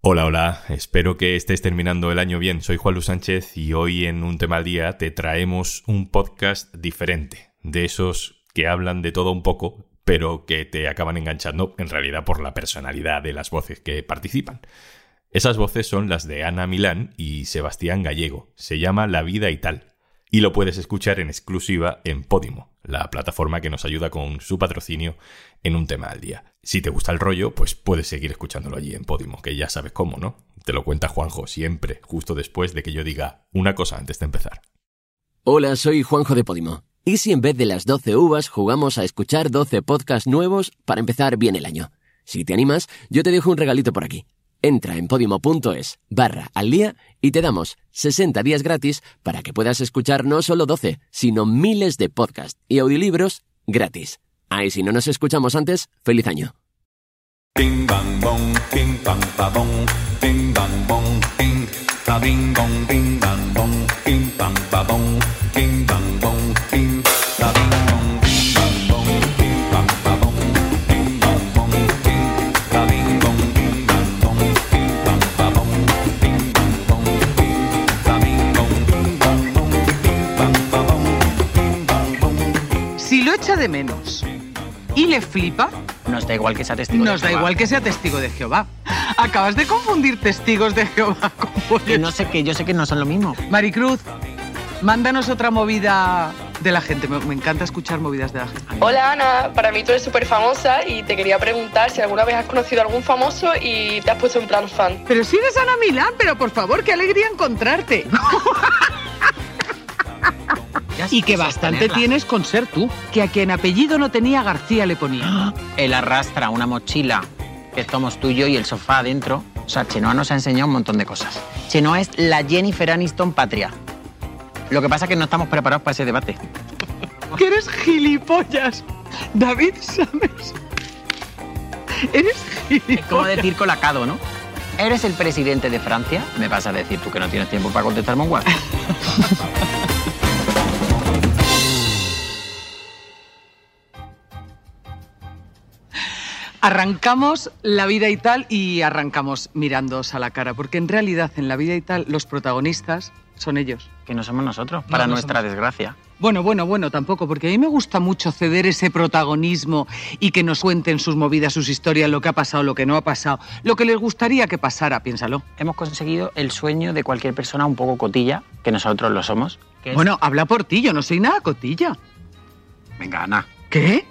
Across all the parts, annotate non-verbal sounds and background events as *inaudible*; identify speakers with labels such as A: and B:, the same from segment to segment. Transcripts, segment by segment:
A: Hola, hola, espero que estés terminando el año bien. Soy Juan Luis Sánchez y hoy en Un Tema al Día te traemos un podcast diferente, de esos que hablan de todo un poco, pero que te acaban enganchando en realidad por la personalidad de las voces que participan. Esas voces son las de Ana Milán y Sebastián Gallego. Se llama La vida y tal. Y lo puedes escuchar en exclusiva en Podimo, la plataforma que nos ayuda con su patrocinio en un tema al día. Si te gusta el rollo, pues puedes seguir escuchándolo allí en Podimo, que ya sabes cómo, ¿no? Te lo cuenta Juanjo siempre, justo después de que yo diga una cosa antes de empezar.
B: Hola, soy Juanjo de Podimo. ¿Y si en vez de las 12 uvas jugamos a escuchar 12 podcasts nuevos para empezar bien el año? Si te animas, yo te dejo un regalito por aquí. Entra en podimo.es barra al día y te damos 60 días gratis para que puedas escuchar no solo 12, sino miles de podcasts y audiolibros gratis. Ah, y si no nos escuchamos antes, feliz año.
C: Bing bang bong, bing bang ba bong, bing bang bong, bing ba bing bong, bing bang bong, bing bang ba bong, bing bang bong, bing ba bing bong, bing bang bong, bing bang ba bong, bing bang bong, bing ba bing bong, bing bang bong, bing bang ba bong, bing bang bong, bing ba bing bong, bing bang bong, bing bang ba bong, bing bang bong.
D: Si lo echa de menos y le flipa,
E: Nos da igual que sea testigo. de
D: nos da
E: Jehová.
D: igual que sea testigo de Jehová. Acabas de confundir testigos de Jehová *laughs* con
E: Que
D: buenos.
E: no sé que yo sé que no son lo mismo.
D: Maricruz, mándanos otra movida de la gente. Me, me encanta escuchar movidas de la gente.
F: Hola Ana, para mí tú eres súper famosa y te quería preguntar si alguna vez has conocido a algún famoso y te has puesto en plan fan.
D: Pero si eres Ana Milán, pero por favor, qué alegría encontrarte. Y que bastante
E: tiene.
D: tienes con ser tú, que a quien apellido no tenía García le ponía.
E: Él arrastra una mochila que somos tú y yo y el sofá adentro. O sea, Chenoa nos ha enseñado un montón de cosas. Chenoa es la Jennifer Aniston patria. Lo que pasa es que no estamos preparados para ese debate.
D: *gasps* Que eres gilipollas. David Sames. Eres
E: Es como
D: gilipollas.
E: decir colacado, ¿no? ¿Eres el presidente de Francia? Me vas a decir tú que no tienes tiempo para contestarme un WhatsApp.
D: Arrancamos la vida y tal y arrancamos mirándoos a la cara, porque en realidad en la vida y tal los protagonistas son ellos.
E: Que no somos nosotros, para
D: no
E: nuestra desgracia.
D: Bueno, bueno, bueno, tampoco, porque a mí me gusta mucho ceder ese protagonismo y que nos cuenten sus movidas, sus historias, lo que ha pasado, lo que no ha pasado, lo que les gustaría que pasara, piénsalo.
E: Hemos conseguido el sueño de cualquier persona un poco cotilla, que nosotros lo somos. que es-
D: Bueno, habla por ti, yo no soy nada cotilla.
E: venga, Ana,
D: ¿Qué?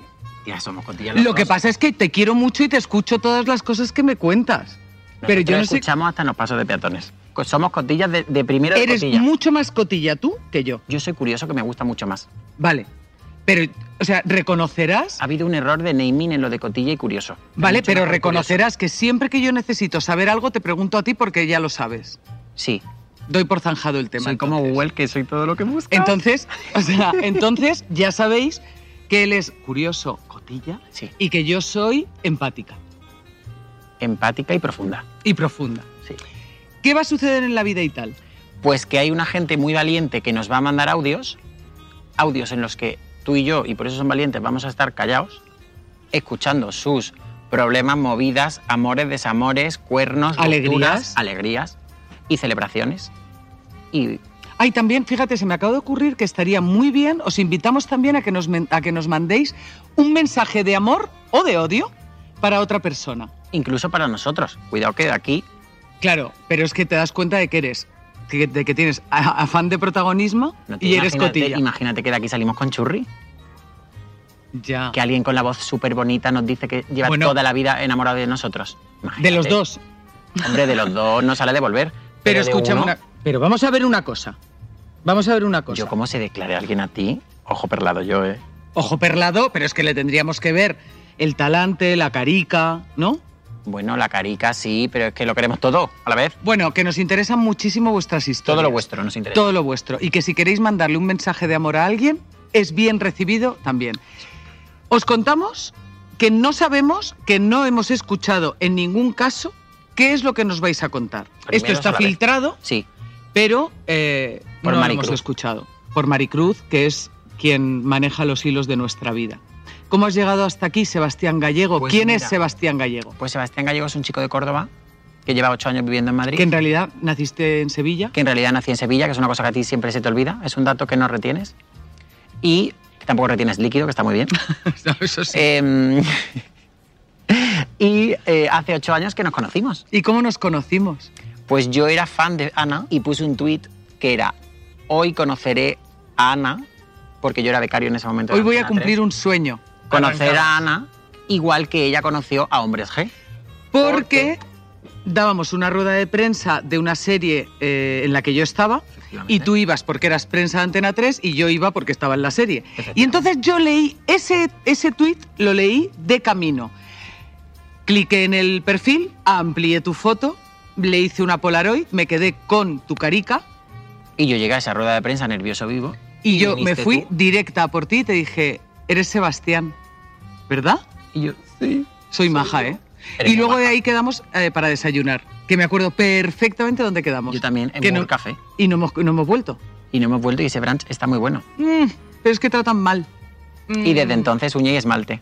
E: ya somos cotilla. los
D: Lo que
E: dos.
D: pasa es que te quiero mucho y te escucho todas las cosas que me cuentas. Pero yo
E: Nosotros
D: no sé.
E: escuchamos hasta en los pasos de peatones. Co- Somos cotillas de, de primero de
D: Eres
E: cotilla.
D: mucho más cotilla tú que yo.
E: Yo soy curioso que me gusta mucho más.
D: Vale. Pero, o sea, reconocerás
E: Ha habido un error de naming en lo de cotilla y curioso.
D: Vale,
E: Mucho
D: pero
E: más de
D: reconocerás que siempre que yo necesito saber algo, te pregunto a ti porque ya lo sabes.
E: curioso. Sí.
D: Doy por zanjado el tema.
E: soy como
D: entonces.
E: Google, que soy todo lo que busca.
D: Entonces, o sea, entonces ya sabéis que él es curioso, cotilla,
E: Sí,
D: y que yo soy empática
E: empática y profunda.
D: y profunda.
E: Sí.
D: ¿Qué va a suceder en la vida y tal?
E: Pues que hay una gente muy valiente que nos va a mandar audios, audios en los que tú y yo, y por eso son valientes, vamos a estar callados, escuchando sus problemas, movidas, amores, desamores, cuernos,
D: Alegrías.
E: rupturas, alegrías y celebraciones. Y
D: Ay, también, fíjate, se me acaba de ocurrir que estaría muy bien, os invitamos también a que nos, men- a que nos mandéis un mensaje de amor o de odio para otra persona.
E: incluso para nosotros. Cuidado que de aquí
D: Claro, pero es que te das cuenta de que eres, que- de que tienes a- afán de protagonismo
E: no te
D: y eres
E: imagínate-
D: cotilla.
E: Imagínate que de aquí salimos con churri,
D: Ya.
E: que alguien con la voz súper bonita nos dice que lleva
D: Bueno.
E: toda la vida enamorado de nosotros.
D: De los
E: Imagínate.
D: dos.
E: Hombre, de los dos no sale de volver.
D: Pero,
E: de
D: escúchame
E: uno,
D: una. Pero vamos a ver una cosa. Vamos a ver una cosa.
E: Yo como se declare alguien a ti, ojo perlado yo, ¿eh?
D: Ojo perlado, pero es que le tendríamos que ver el talante, la carica, ¿no?
E: Bueno, la carica sí, pero es que lo queremos todo a la vez.
D: Bueno, que nos interesan muchísimo vuestras historias.
E: Todo lo vuestro nos interesa.
D: Todo lo vuestro. Y que si queréis mandarle un mensaje de amor a alguien, es bien recibido también. Os contamos que no sabemos, que no hemos escuchado en ningún caso qué es lo que nos vais a contar.
E: Primeros
D: Esto
E: a
D: está
E: la vez.
D: filtrado,
E: Sí,
D: pero eh,
E: Por
D: no lo
E: Maricruz.
D: hemos escuchado. Por Maricruz, que es quien maneja los hilos de nuestra vida. ¿Cómo has llegado hasta aquí, Sebastián Gallego?
E: Pues
D: ¿Quién es
E: mira.
D: Sebastián Gallego?
E: pues Sebastián Gallego es un chico de Córdoba que lleva ocho años viviendo en Madrid.
D: Que en realidad naciste en
E: *laughs*
D: Sevilla.
E: que en realidad nací en Sevilla, que es una cosa que a ti siempre se te olvida, es un dato que no retienes. Y que tampoco retienes líquido, que está muy bien.
D: No, eso sí.
E: Em, *laughs* y eh, hace ocho años que nos conocimos.
D: ¿Y cómo nos conocimos?
E: Pues yo era fan de Ana y puse un tuit que era, hoy conoceré a Ana, porque yo era becario en ese momento.
D: Hoy voy a cumplir un sueño.
E: Conocer a Ana igual que ella conoció a Hombres G.
D: Porque dábamos una rueda de prensa de una serie eh, en la que yo estaba y tú ibas porque eras prensa de Antena 3 y yo iba porque estaba en la serie. Y entonces yo leí ese, ese tuit, lo leí de camino. Cliqué en el perfil, amplié tu foto, le hice una Polaroid, me quedé con tu carica
E: Y yo llegué a esa rueda de prensa nervioso vivo.
D: y yo me
E: viniste
D: fui
E: tú.
D: directa a por ti y te dije, eres Sebastián, ¿verdad?
E: Y yo, sí.
D: Soy maja, ¿eh?
E: Eres
D: Y
E: muy
D: luego de
E: maja.
D: ahí quedamos eh, para desayunar, que me acuerdo perfectamente dónde quedamos.
E: Yo también, en
D: Que
E: un
D: no-
E: café.
D: Y no hemos, no hemos vuelto.
E: Y no hemos vuelto y ese brunch está muy bueno.
D: Mm, pero es que tratan mal. Mm.
E: Y desde entonces uña y esmalte.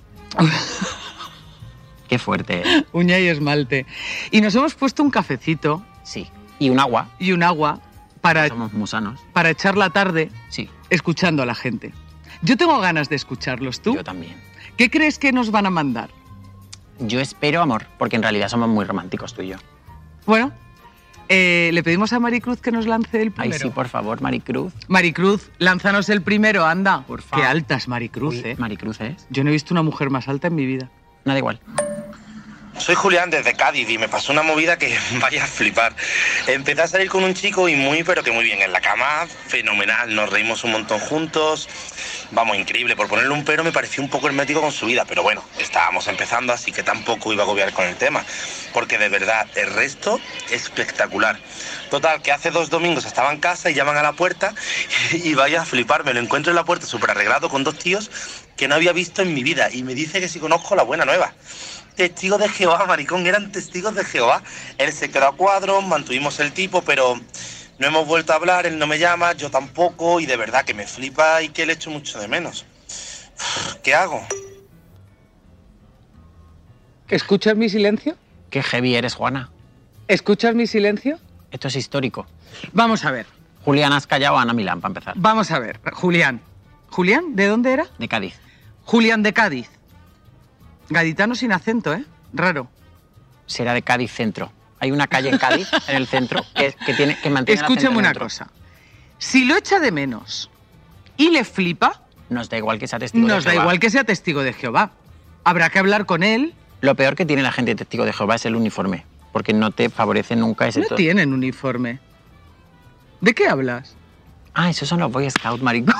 E: Qué fuerte. ¿eh?
D: *laughs* Uña y esmalte. Y nos hemos puesto un cafecito
E: Sí. Y un agua.
D: y un agua para,
E: Somos musanos.
D: para echar la tarde
E: Sí.
D: escuchando a la gente. Yo tengo ganas de escucharlos, ¿tú?
E: Yo también.
D: ¿Qué crees que nos van a mandar?
E: Yo espero amor, porque en realidad somos muy románticos tú y yo.
D: Bueno, eh, le pedimos a Maricruz que nos lance el
E: Ay,
D: primero.
E: sí, por favor, Maricruz.
D: Maricruz, lánzanos el primero, anda.
E: Por favor.
D: Qué alta es Maricruz,
E: Uy,
D: ¿eh?
E: Maricruz es.
D: Yo no he visto una mujer más alta en mi vida.
E: Nada igual.
G: Soy Julián desde Cádiz y me pasó una movida que *laughs* vaya a flipar. Empecé a salir con un chico y muy, pero que muy bien. En la cama, fenomenal. Nos reímos un montón juntos. Vamos, increíble. Por ponerle un pero me pareció un poco hermético con su vida. Pero bueno, estábamos empezando, así que tampoco iba a agobiar con el tema. Porque de verdad, el resto, espectacular. Total, que hace dos domingos estaba en casa y llaman a la puerta *laughs* y vaya a flipar. Me lo encuentro en la puerta súper arreglado con dos tíos que no había visto en mi vida. Y me dice que si conozco la buena nueva. Testigos de Jehová, maricón, eran testigos de Jehová. Él se quedó a cuadro, mantuvimos el tipo, pero no hemos vuelto a hablar, él no me llama, yo tampoco, y de verdad que me flipa y que le echo mucho de menos. ¿Qué hago?
D: ¿Escuchas mi silencio?
E: Qué heavy eres, Juana.
D: ¿Escuchas mi silencio?
E: Esto es histórico.
D: Vamos a ver,
E: Julián, has callado a Ana Milán, para empezar.
D: vamos a ver. Julián. ¿Julián? ¿De dónde era?
E: De Cádiz.
D: Julián de Cádiz. Gaditano sin acento, ¿eh? Raro.
E: Será de Cádiz Centro. Hay una calle en
D: *laughs*
E: Cádiz, en el centro, que, que tiene, que mantiene el acento
D: Escúchame una
E: neutro.
D: cosa. Si lo echa de menos y le flipa,
E: Nos da igual que sea testigo de
D: nos da
E: Jehová.
D: igual que sea testigo de Jehová. Habrá que hablar con él.
E: Lo peor que tiene la gente de testigo de Jehová es el uniforme, porque no te favorece nunca ese
D: No
E: to-
D: tienen uniforme. ¿De qué hablas?
E: Ah, esos son los Boy
D: *laughs*
E: Scout, maricón.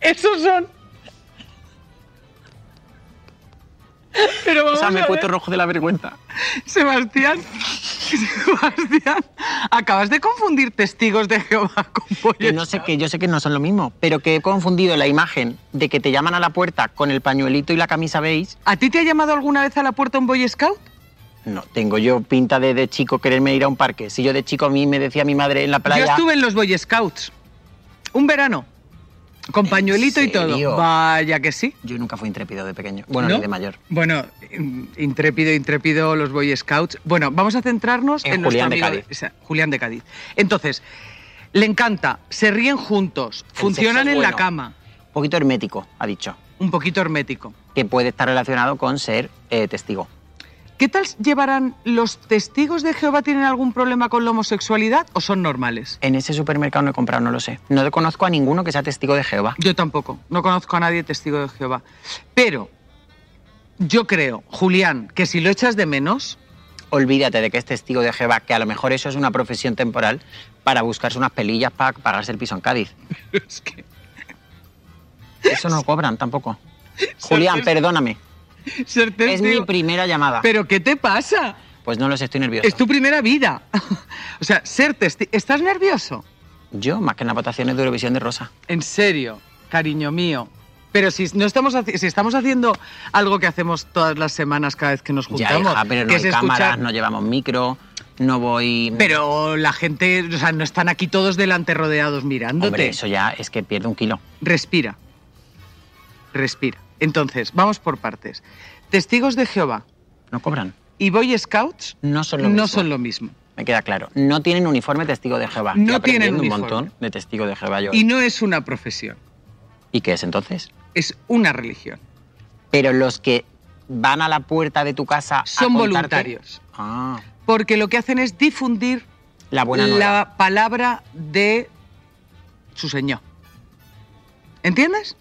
D: Esos son. Pero
E: o
D: vamos
E: sea, me
D: a
E: he
D: ver.
E: puesto rojo de la vergüenza.
D: Sebastián, Sebastián, acabas de confundir testigos de Jehová con
E: Y
D: pollo.
E: no sé que yo sé que no son lo mismo, pero que he confundido la imagen de que te llaman a la puerta con el pañuelito y la camisa beige.
D: ¿A ti te ha llamado alguna vez a la puerta un Boy Scout?
E: No, tengo yo pinta de, de chico quererme ir a un parque. Si yo de chico a mí me decía mi madre en la playa.
D: Yo estuve en los Boy Scouts. Un verano. Con pañuelito y
E: serio?
D: todo. Vaya que sí.
E: Yo nunca fui intrépido de pequeño. Bueno,
D: ¿No?
E: ni de mayor.
D: Bueno, in- intrépido, intrépido los Boy Scouts. Bueno, vamos a centrarnos
E: En
D: en, nuestro
E: Julián de
D: amigo
E: Cádiz.
D: o sea, Julián de Cádiz. Entonces, le encanta, se ríen juntos,
E: sexo
D: funcionan
E: es
D: en la
E: bueno.
D: cama.
E: Un poquito hermético, ha dicho.
D: Un poquito hermético.
E: Que puede estar relacionado con ser eh, testigo.
D: ¿Qué tal llevarán los testigos de Jehová? ¿Tienen algún problema con la homosexualidad o son normales?
E: En ese supermercado no he comprado, no lo sé. No conozco a ninguno que sea testigo de Jehová.
D: Yo tampoco, no conozco a nadie testigo de Jehová. Pero yo creo, Julián, que si lo echas de menos,
E: Olvídate de que es testigo de Jehová, que a lo mejor eso es una profesión temporal para buscarse unas pelillas para pagarse el piso en Cádiz.
D: es que,
E: Eso no
D: *laughs*
E: cobran tampoco. Julián, perdóname.
D: ser
E: Es mi
D: testigo-
E: primera llamada.
D: ¿Pero qué te pasa?
E: Pues no los estoy nervioso.
D: Es tu primera vida. *laughs* o sea, ser testigo... ¿Estás nervioso?
E: Yo, más que en las votaciones de Eurovisión de Rosa.
D: En serio, cariño mío. Pero si no estamos haci- si estamos haciendo algo que hacemos todas las semanas cada vez que nos
E: Ya,
D: juntamos,
E: hija, pero no
D: que
E: hay
D: es
E: cámaras,
D: escuchar-
E: no llevamos micro, no voy...
D: Pero la gente, o sea, no están aquí todos delante rodeados mirándote.
E: Hombre, eso ya es que pierdo un kilo.
D: Respira. Respira. Entonces, vamos por partes. Testigos de Jehová
E: No cobran.
D: y Boy Scouts
E: No son lo
D: no
E: mismo.
D: son lo mismo.
E: Me queda claro. No tienen uniforme testigo de Jehová.
D: No
E: que aprendí
D: tienen
E: un
D: uniforme.
E: montón de testigo de Jehová yo.
D: Y no es una profesión,
E: ¿Y qué es entonces?
D: es una religión.
E: Pero los que van a la puerta de tu casa a
D: Son
E: contarte-
D: voluntarios.
E: Ah,
D: Porque lo que hacen es difundir
E: la buena nueva.
D: la palabra de su Señor. ¿Entiendes?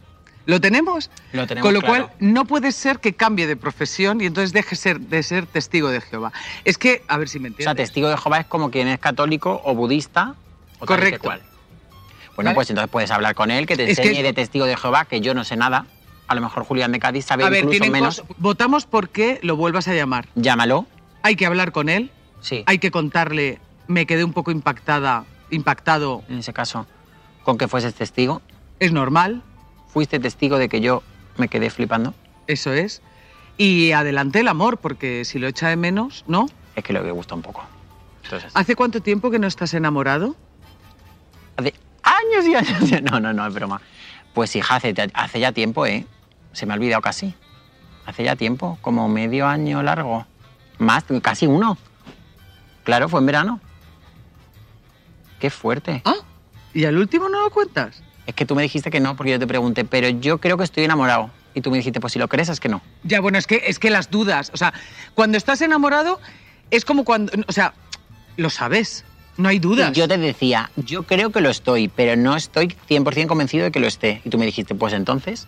D: ¿Lo tenemos?
E: Lo tenemos
D: Con lo
E: claro.
D: cual, no puede ser que cambie de profesión y entonces deje ser, de ser testigo de Jehová. Es que, a ver si me
E: O
D: entiendes.
E: sea, testigo de Jehová es como quien es católico o budista. O tal y
D: Correcto.
E: cual. Bueno,
D: Vale.
E: pues entonces puedes hablar con él, que te
D: Es que-
E: enseñe de testigo de Jehová, que yo no sé nada. A lo mejor Julián de Cádiz sabe
D: a ver,
E: incluso
D: tienen
E: menos.
D: cos- votamos porque lo vuelvas a llamar.
E: Llámalo.
D: Hay que hablar con él,
E: Sí.
D: hay que contarle, me quedé un poco impactada, impactado,
E: En ese caso, con que fueses testigo.
D: es normal,
E: Fuiste testigo de que yo me quedé flipando.
D: eso es. Y adelante el amor, porque si lo echa de menos, ¿no?
E: Es que lo que gusta un poco. Entonces,
D: ¿Hace cuánto tiempo que no estás enamorado?
E: hace años y años. No, no, no, es broma. Pues hija, hace, hace ya tiempo, ¿eh? Se me ha olvidado casi. Hace ya tiempo, como medio año largo. Más, casi uno. Claro, fue en verano. Qué fuerte.
D: Ah, y al último no lo cuentas.
E: Es que tú me dijiste que no, porque yo te pregunté, pero yo creo que estoy enamorado. Y tú me dijiste, pues si lo crees, es que no.
D: Ya, bueno, es que, es que las dudas, o sea, cuando estás enamorado es como cuando, o sea, lo sabes, no hay dudas.
E: Y yo te decía, yo creo que lo estoy, pero no estoy 100% convencido de que lo esté. Y tú me dijiste, pues entonces,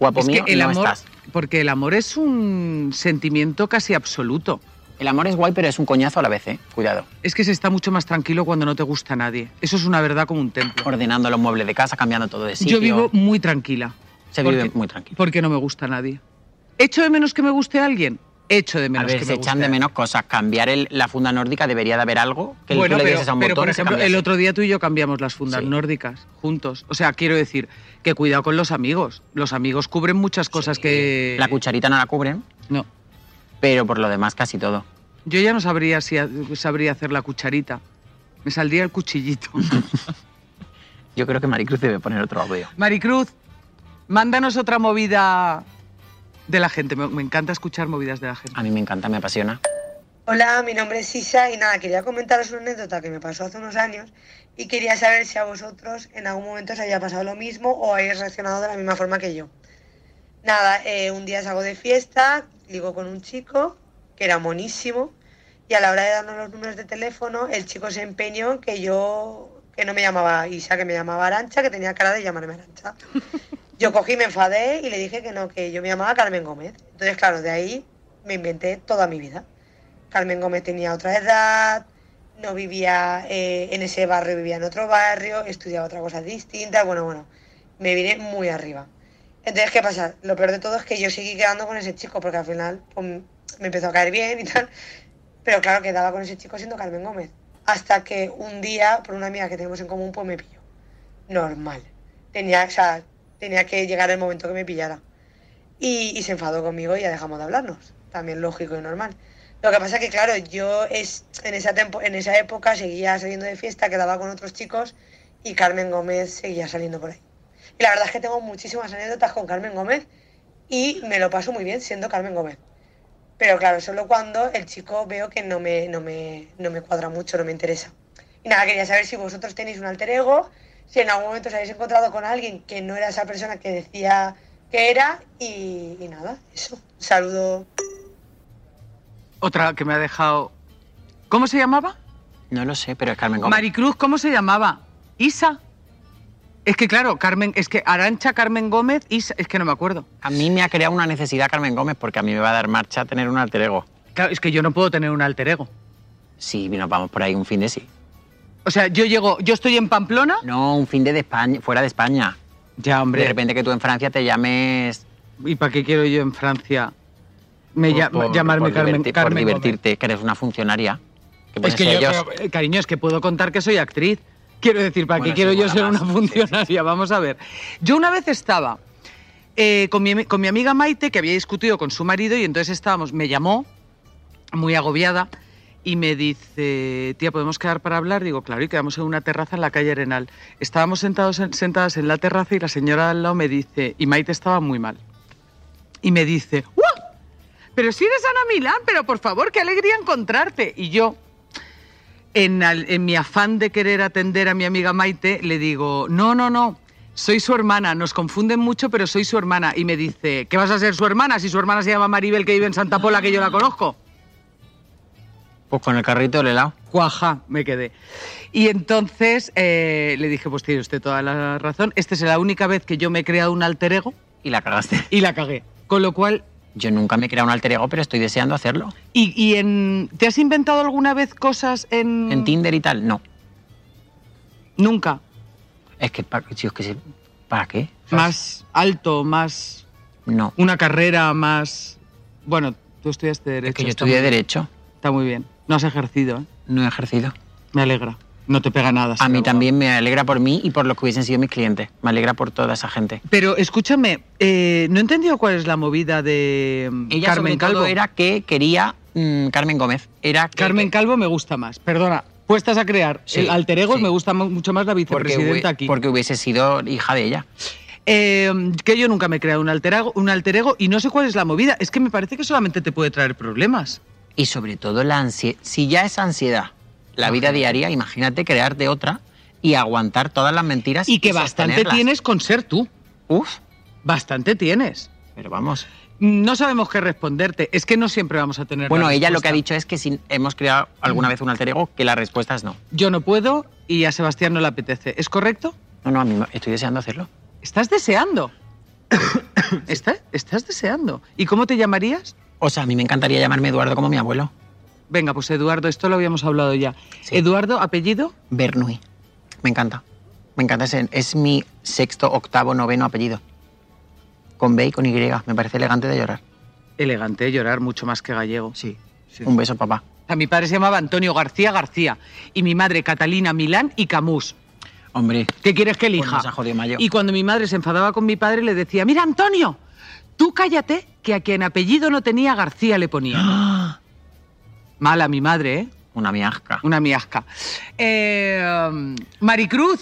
E: guapo
D: es
E: mío,
D: que el
E: no
D: amor,
E: estás.
D: porque el amor es un sentimiento casi absoluto.
E: El amor es guay, pero es un coñazo a la vez, ¿eh? Cuidado.
D: Es que se está mucho más tranquilo cuando no te gusta a nadie. Eso es una verdad como un templo.
E: Ordenando los muebles de casa, cambiando todo de sitio.
D: Yo vivo muy tranquila.
E: Se vive
D: porque-
E: muy tranquilo.
D: Porque no me gusta a nadie. ¿Echo de menos que me guste a alguien? Echo de
E: A
D: menos
E: ver,
D: que
E: se
D: me guste
E: echan de
D: a alguien.
E: menos cosas. Cambiar el- la funda nórdica debería de haber algo que
D: bueno,
E: tú le
D: pero,
E: dieses a un
D: pero,
E: botón
D: por
E: y se
D: ejemplo,
E: cambiase.
D: el otro día tú y yo cambiamos las fundas
E: Sí.
D: nórdicas juntos. O sea, quiero decir que cuidado con los amigos. Los amigos cubren muchas cosas que...
E: La cucharita no la cubren,
D: No.
E: pero por lo demás casi todo.
D: Yo ya no sabría si ha- sabría hacer la cucharita. Me saldría el
E: *laughs*
D: cuchillito.
E: Yo creo que Maricruz debe poner otro audio.
D: Maricruz, mándanos otra movida de la gente. Me, me encanta escuchar movidas de la gente.
E: A mí me encanta, me apasiona.
H: Hola, mi nombre es Isa y nada, quería comentaros una anécdota que me pasó hace unos años y quería saber si a vosotros en algún momento os haya pasado lo mismo o hayáis reaccionado de la misma forma que yo. Nada, eh, un día salgo de fiesta, digo con un chico que era monísimo y a la hora de darnos los números de teléfono el chico se empeñó que yo, que no me llamaba Isa, que me llamaba Arancha, que tenía cara de llamarme Arancha. Yo cogí, me enfadé y le dije que no, que yo me llamaba Carmen Gómez. Entonces, claro, de ahí me inventé toda mi vida. Carmen Gómez tenía otra edad, no vivía eh, en ese barrio, vivía en otro barrio, estudiaba otra cosa distinta, bueno, bueno, me vine muy arriba. Entonces, ¿qué pasa? Lo peor de todo es que yo seguí quedando con ese chico, porque al final pues, me empezó a caer bien y tal, pero claro, quedaba con ese chico siendo Carmen Gómez. Hasta que un día, por una amiga que tenemos en común, pues me pilló. Normal. Tenía, o sea, tenía que llegar el momento que me pillara. Y, y se enfadó conmigo y ya dejamos de hablarnos. También lógico y normal. Lo que pasa que, claro, yo es, en, esa tempo- en esa época seguía saliendo de fiesta, quedaba con otros chicos y Carmen Gómez seguía saliendo por ahí. Y la verdad es que tengo muchísimas anécdotas con Carmen Gómez y me lo paso muy bien siendo Carmen Gómez. Pero claro, solo cuando el chico veo que no me, no me, no me cuadra mucho, no me interesa. Y nada, quería saber si vosotros tenéis un alter ego, si en algún momento os habéis encontrado con alguien que no era esa persona que decía que era y, y nada, eso. Un saludo.
D: Otra que me ha dejado... ¿Cómo se llamaba?
E: No lo sé, pero es Carmen Gómez.
D: Maricruz, ¿cómo se llamaba? Isa. Es que claro, Carmen, es que Arancha, Carmen Gómez, Isa, es que no me acuerdo.
E: A mí me ha creado una necesidad Carmen Gómez porque a mí me va a dar marcha tener un alter ego.
D: Claro, es que yo no puedo tener un alter ego.
E: Sí, nos vamos por ahí un fin de sí.
D: O sea, yo llego, yo estoy en Pamplona.
E: No, un fin de, de España, fuera de España.
D: Ya,
E: De repente que tú en Francia te llames
D: ¿Y para qué quiero yo en Francia me
E: por-
D: lla-
E: por-
D: llamarme
E: por
D: Carmen,
E: diverti-
D: Carmen
E: por
D: Gómez?
E: divertirte, que eres una funcionaria. Que
D: Es
E: pones
D: que yo,
E: sellos.
D: pero, eh, cariño, es que puedo contar que soy actriz. Quiero decir, ¿para
E: Bueno,
D: qué quiero
E: sí,
D: yo
E: mola
D: ser
E: más.
D: una funcionaria? Vamos a ver. Yo una vez estaba eh, con, mi, ami- con mi amiga Maite, que había discutido con su marido, y entonces estábamos, me llamó, muy agobiada, y me dice, tía, ¿podemos quedar para hablar? Digo, claro, y quedamos en una terraza en la calle Arenal. Estábamos sentados en- sentadas en la terraza y la señora al lado me dice, y Maite estaba muy mal. y me dice, ¡guau! Pero si eres Ana Milán, pero por favor, qué alegría encontrarte. Y yo, en, al- en mi afán de querer atender a mi amiga Maite, le digo, no, no, no, soy su hermana, nos confunden mucho, pero soy su hermana. Y me dice, ¿qué vas a ser su hermana si su hermana se llama Maribel que vive en Santa Pola, que yo la conozco?
E: Pues con el carrito del helado.
D: Cuaja, me quedé. Y entonces eh, le dije, pues tiene usted toda la razón, esta es la única vez que yo me he creado un alter ego
E: Y la cagaste.
D: y la cagué. Con lo cual,
E: Yo nunca me he creado un alter ego, pero estoy deseando hacerlo.
D: ¿y, y en, te has inventado alguna vez cosas en...
E: En Tinder y tal, no.
D: Nunca.
E: Es que, pa- si es que se- ¿para qué?
D: Más alto, más...
E: No.
D: una carrera más. Bueno, tú estudiaste Derecho.
E: Es que yo
D: está
E: estudié
D: muy-
E: Derecho,
D: Está muy bien. No has ejercido, ¿eh?
E: no he ejercido.
D: Me alegra. No te pega nada.
E: A
D: ser
E: mí
D: abogado.
E: también me alegra por mí y por los que hubiesen sido mis clientes. Me alegra por toda esa gente.
D: Pero escúchame, eh, no he entendido cuál es la movida de mm,
E: Ella
D: Carmen
E: sobre todo
D: Calvo.
E: era que quería mm, Carmen Gómez. Era que-
D: Carmen Calvo me gusta más. Perdona, puestas a crear
E: Sí,
D: el alter ego,
E: sí.
D: me gusta mu- mucho más la
E: porque,
D: vicepresidenta
E: hubi-
D: aquí.
E: porque hubiese sido hija de ella.
D: Eh, que yo nunca me he creado un alter, ego, un alter ego y no sé cuál es la movida. Es que me parece que solamente te puede traer problemas.
E: Y sobre todo la ansiedad. Si ya es ansiedad la vida diaria, imagínate crearte otra y aguantar todas las mentiras.
D: Y que bastante
E: sostenerlas.
D: tienes con ser tú.
E: Uf,
D: Bastante tienes.
E: pero vamos.
D: No sabemos qué responderte. Es que no siempre vamos a tener. la
E: Bueno, ella lo que ha
D: respuesta. Mm.
E: dicho es que si hemos creado alguna vez un alter ego, que la respuesta es no.
D: Yo no puedo y a Sebastián no le apetece. ¿Es correcto?
E: No, no, a mí me- estoy deseando hacerlo.
D: Estás
E: *coughs*
D: deseando. ¿Estás, estás deseando. ¿Y cómo te llamarías?
E: O sea, a mí me encantaría llamarme Eduardo como mi abuelo.
D: Venga, pues Eduardo, esto lo habíamos hablado ya.
E: Sí.
D: Eduardo, apellido.
E: Bernoulli. Me encanta. Me encanta ese. Es mi sexto, octavo, noveno apellido. Con B y con Y. Me parece elegante de llorar.
D: Elegante, llorar mucho más que gallego.
E: Sí. Un beso, papá.
D: A mi padre se llamaba Antonio García García y mi madre Catalina Milán y Camus.
E: Hombre,
D: ¿Qué quieres que elija?
E: Pues nos ha jodido mayo.
D: Y cuando mi madre se enfadaba con mi padre, le decía: Mira, Antonio, tú cállate, que a quien apellido no tenía García le
E: *gasps*
D: ponía. Mala mi madre, ¿eh?
E: una miasca.
D: Una miasca. Eh, um, Maricruz,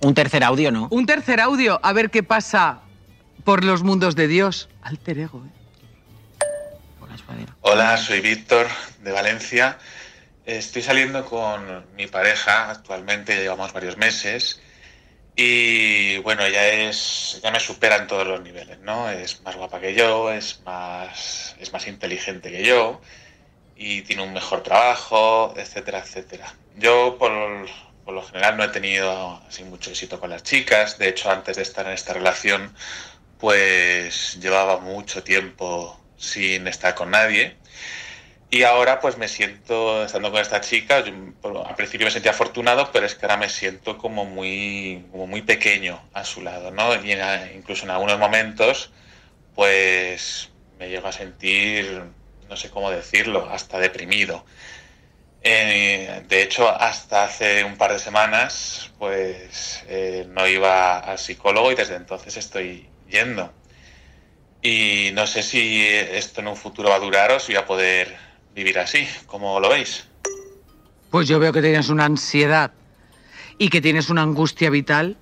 E: Un tercer audio, ¿no?
D: un tercer audio, a ver qué pasa por los mundos de Dios. Alter ego, ¿eh?
E: Por la sudadera.
I: Hola, soy Víctor de Valencia. Estoy saliendo con mi pareja actualmente, ya llevamos varios meses. Y bueno, ya es, ya me supera en todos los niveles, ¿no? Es más guapa que yo, es más, es más inteligente que yo y tiene un mejor trabajo, etcétera, etcétera. Yo por, por lo general no he tenido así mucho éxito con las chicas. De hecho, antes de estar en esta relación, pues llevaba mucho tiempo sin estar con nadie. Y ahora pues me siento, estando con esta chica, yo, por- al principio me sentía afortunado, pero es que ahora me siento como muy, como muy pequeño a su lado, ¿no? Y en- incluso en algunos momentos pues me llego a sentir, no sé cómo decirlo, hasta deprimido. Eh, de hecho, hasta hace un par de semanas, pues eh, no iba al psicólogo y desde entonces estoy yendo. Y no sé si esto en un futuro va a durar o si voy a poder vivir así, como lo veis.
D: Pues yo veo que tienes una ansiedad y que tienes una angustia vital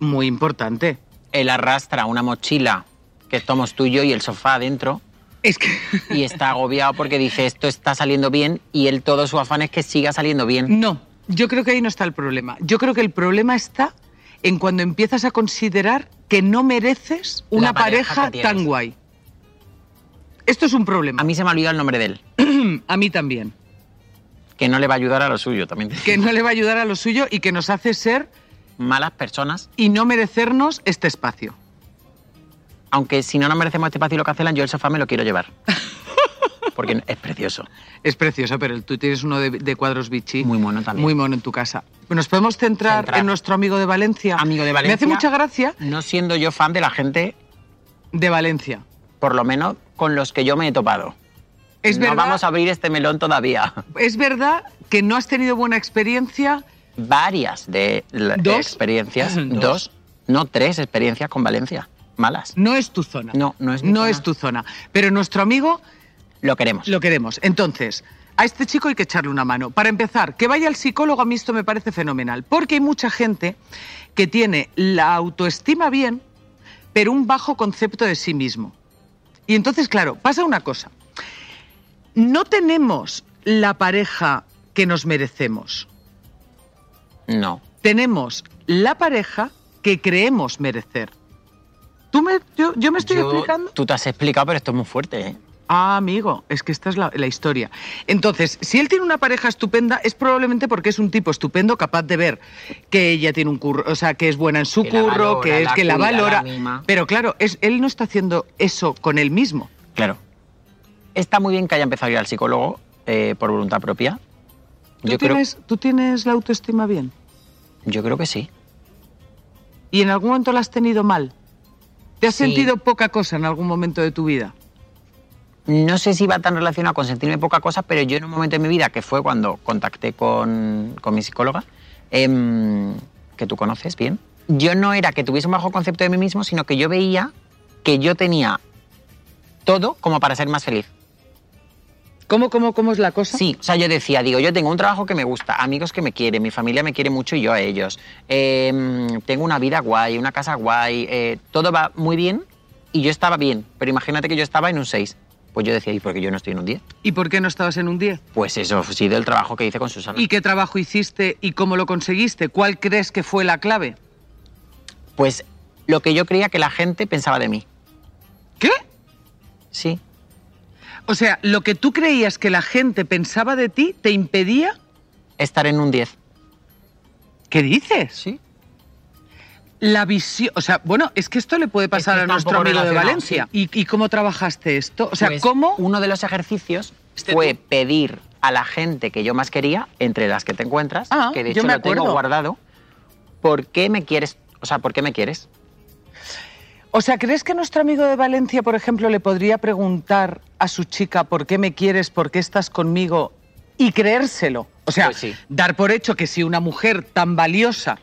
D: muy importante.
E: Él arrastra una mochila que somos tú y yo y el sofá adentro
D: Es que *laughs*
E: y está agobiado porque dice esto está saliendo bien y él todo su afán es que siga saliendo bien.
D: No, yo creo que ahí no está el problema. Yo creo que el problema está en cuando empiezas a considerar que no mereces
E: La
D: una
E: pareja
D: pareja,
E: que tienes.
D: tan guay. Esto es un problema. Mm,
E: A mí se me ha olvidado el nombre de él,
D: A mí también.
E: que no le va a ayudar a lo suyo también. te
D: Que
E: digo.
D: no le va a ayudar a lo suyo y que nos hace ser
E: Malas personas,
D: y no merecernos este espacio.
E: aunque si no nos merecemos este espacio y lo cancelan, yo el sofá me lo quiero llevar. Porque es precioso.
D: Es precioso, pero tú tienes uno de, de cuadros bichí.
E: Muy mono también.
D: Muy mono en tu casa. ¿Nos podemos centrar,
E: Centrar.
D: en nuestro amigo de Valencia?
E: Amigo de
D: Me
E: Valencia.
D: hace mucha gracia
E: No siendo yo fan de la gente,
D: de Valencia.
E: por lo menos con los que yo me he topado.
D: Es
E: no
D: verdad.
E: vamos a abrir este melón todavía.
D: Es verdad que no has tenido buena experiencia
E: Varias de la-
D: ¿Dos? *laughs*
E: experiencias,
D: Dos.
E: dos. no tres experiencias con Valencia, malas.
D: No es tu zona.
E: No, no es mi
D: No
E: zona.
D: es tu zona. Pero nuestro amigo
E: Lo queremos.
D: lo queremos. Entonces, a este chico hay que echarle una mano. Para empezar, que vaya al psicólogo, a mí esto me parece fenomenal. Porque hay mucha gente que tiene la autoestima bien, pero un bajo concepto de sí mismo. Y entonces, claro, pasa una cosa. No tenemos la pareja que nos merecemos.
E: No.
D: Tenemos la pareja que creemos merecer. ¿Tú me, yo, yo me estoy
E: Yo-
D: explicando?
E: Tú te has explicado, pero esto es muy fuerte, ¿eh?
D: Ah, amigo, es que esta es la, la historia. Entonces, si él tiene una pareja estupenda, es probablemente porque es un tipo estupendo capaz de ver que ella tiene un curro, o sea, que es buena en su
E: Que la
D: curro,
E: valora,
D: que es
E: la
D: que la
E: cuida, la
D: valora.
E: mima.
D: Pero claro, es, él no está haciendo eso con él mismo.
E: Claro. Está muy bien que haya empezado a ir al psicólogo eh, por voluntad propia.
D: ¿Tú,
E: Yo creo,
D: tienes, tú tienes la autoestima bien
E: yo creo que sí.
D: y en algún momento la has tenido mal. ¿Te has
E: Sí.
D: sentido poca cosa en algún momento de tu vida?
E: No sé si va tan relacionado con sentirme poca cosa, pero yo en un momento de mi vida, que fue cuando contacté con, con mi psicóloga, em, que tú conoces bien, yo no era que tuviese un bajo concepto de mí mismo, sino que yo veía que yo tenía todo como para ser más feliz.
D: ¿Cómo, cómo, cómo es la cosa?
E: Sí, o sea, yo decía, digo, yo tengo un trabajo que me gusta, amigos que me quieren, mi familia me quiere mucho y yo a ellos. Eh, tengo una vida guay, una casa guay, eh, todo va muy bien y yo estaba bien, pero imagínate que yo estaba en un 6. Pues yo decía, ¿y por qué yo no estoy en un 10?
D: ¿Y por qué no estabas en un 10?
E: Pues eso ha sido el trabajo que hice con Susana.
D: ¿Y qué trabajo hiciste y cómo lo conseguiste? ¿Cuál crees que fue la clave?
E: Pues lo que yo creía que la gente pensaba de mí.
D: ¿Qué?
E: Sí,
D: O sea, lo que tú creías que la gente pensaba de ti te impedía.
E: estar en un 10.
D: ¿Qué dices?
E: Sí.
D: La visión. O sea, bueno, es que esto le puede pasar
E: que
D: a
E: está un
D: nuestro
E: poco
D: amigo de
E: relacionado,
D: Valencia. ¿Y, y cómo trabajaste esto? O sea,
E: Pues,
D: ¿cómo?
E: Uno de los ejercicios
D: Este
E: fue pedir a la gente que yo más quería, entre las que te encuentras,
D: Ah,
E: que de
D: yo
E: hecho
D: me
E: lo tengo
D: acuerdo.
E: guardado, ¿por qué me quieres? O sea, ¿por qué me quieres?
D: O sea, ¿crees que nuestro amigo de Valencia, por ejemplo, le podría preguntar a su chica por qué me quieres, por qué estás conmigo y creérselo? O sea,
E: Pues sí.
D: dar por hecho que si una mujer tan valiosa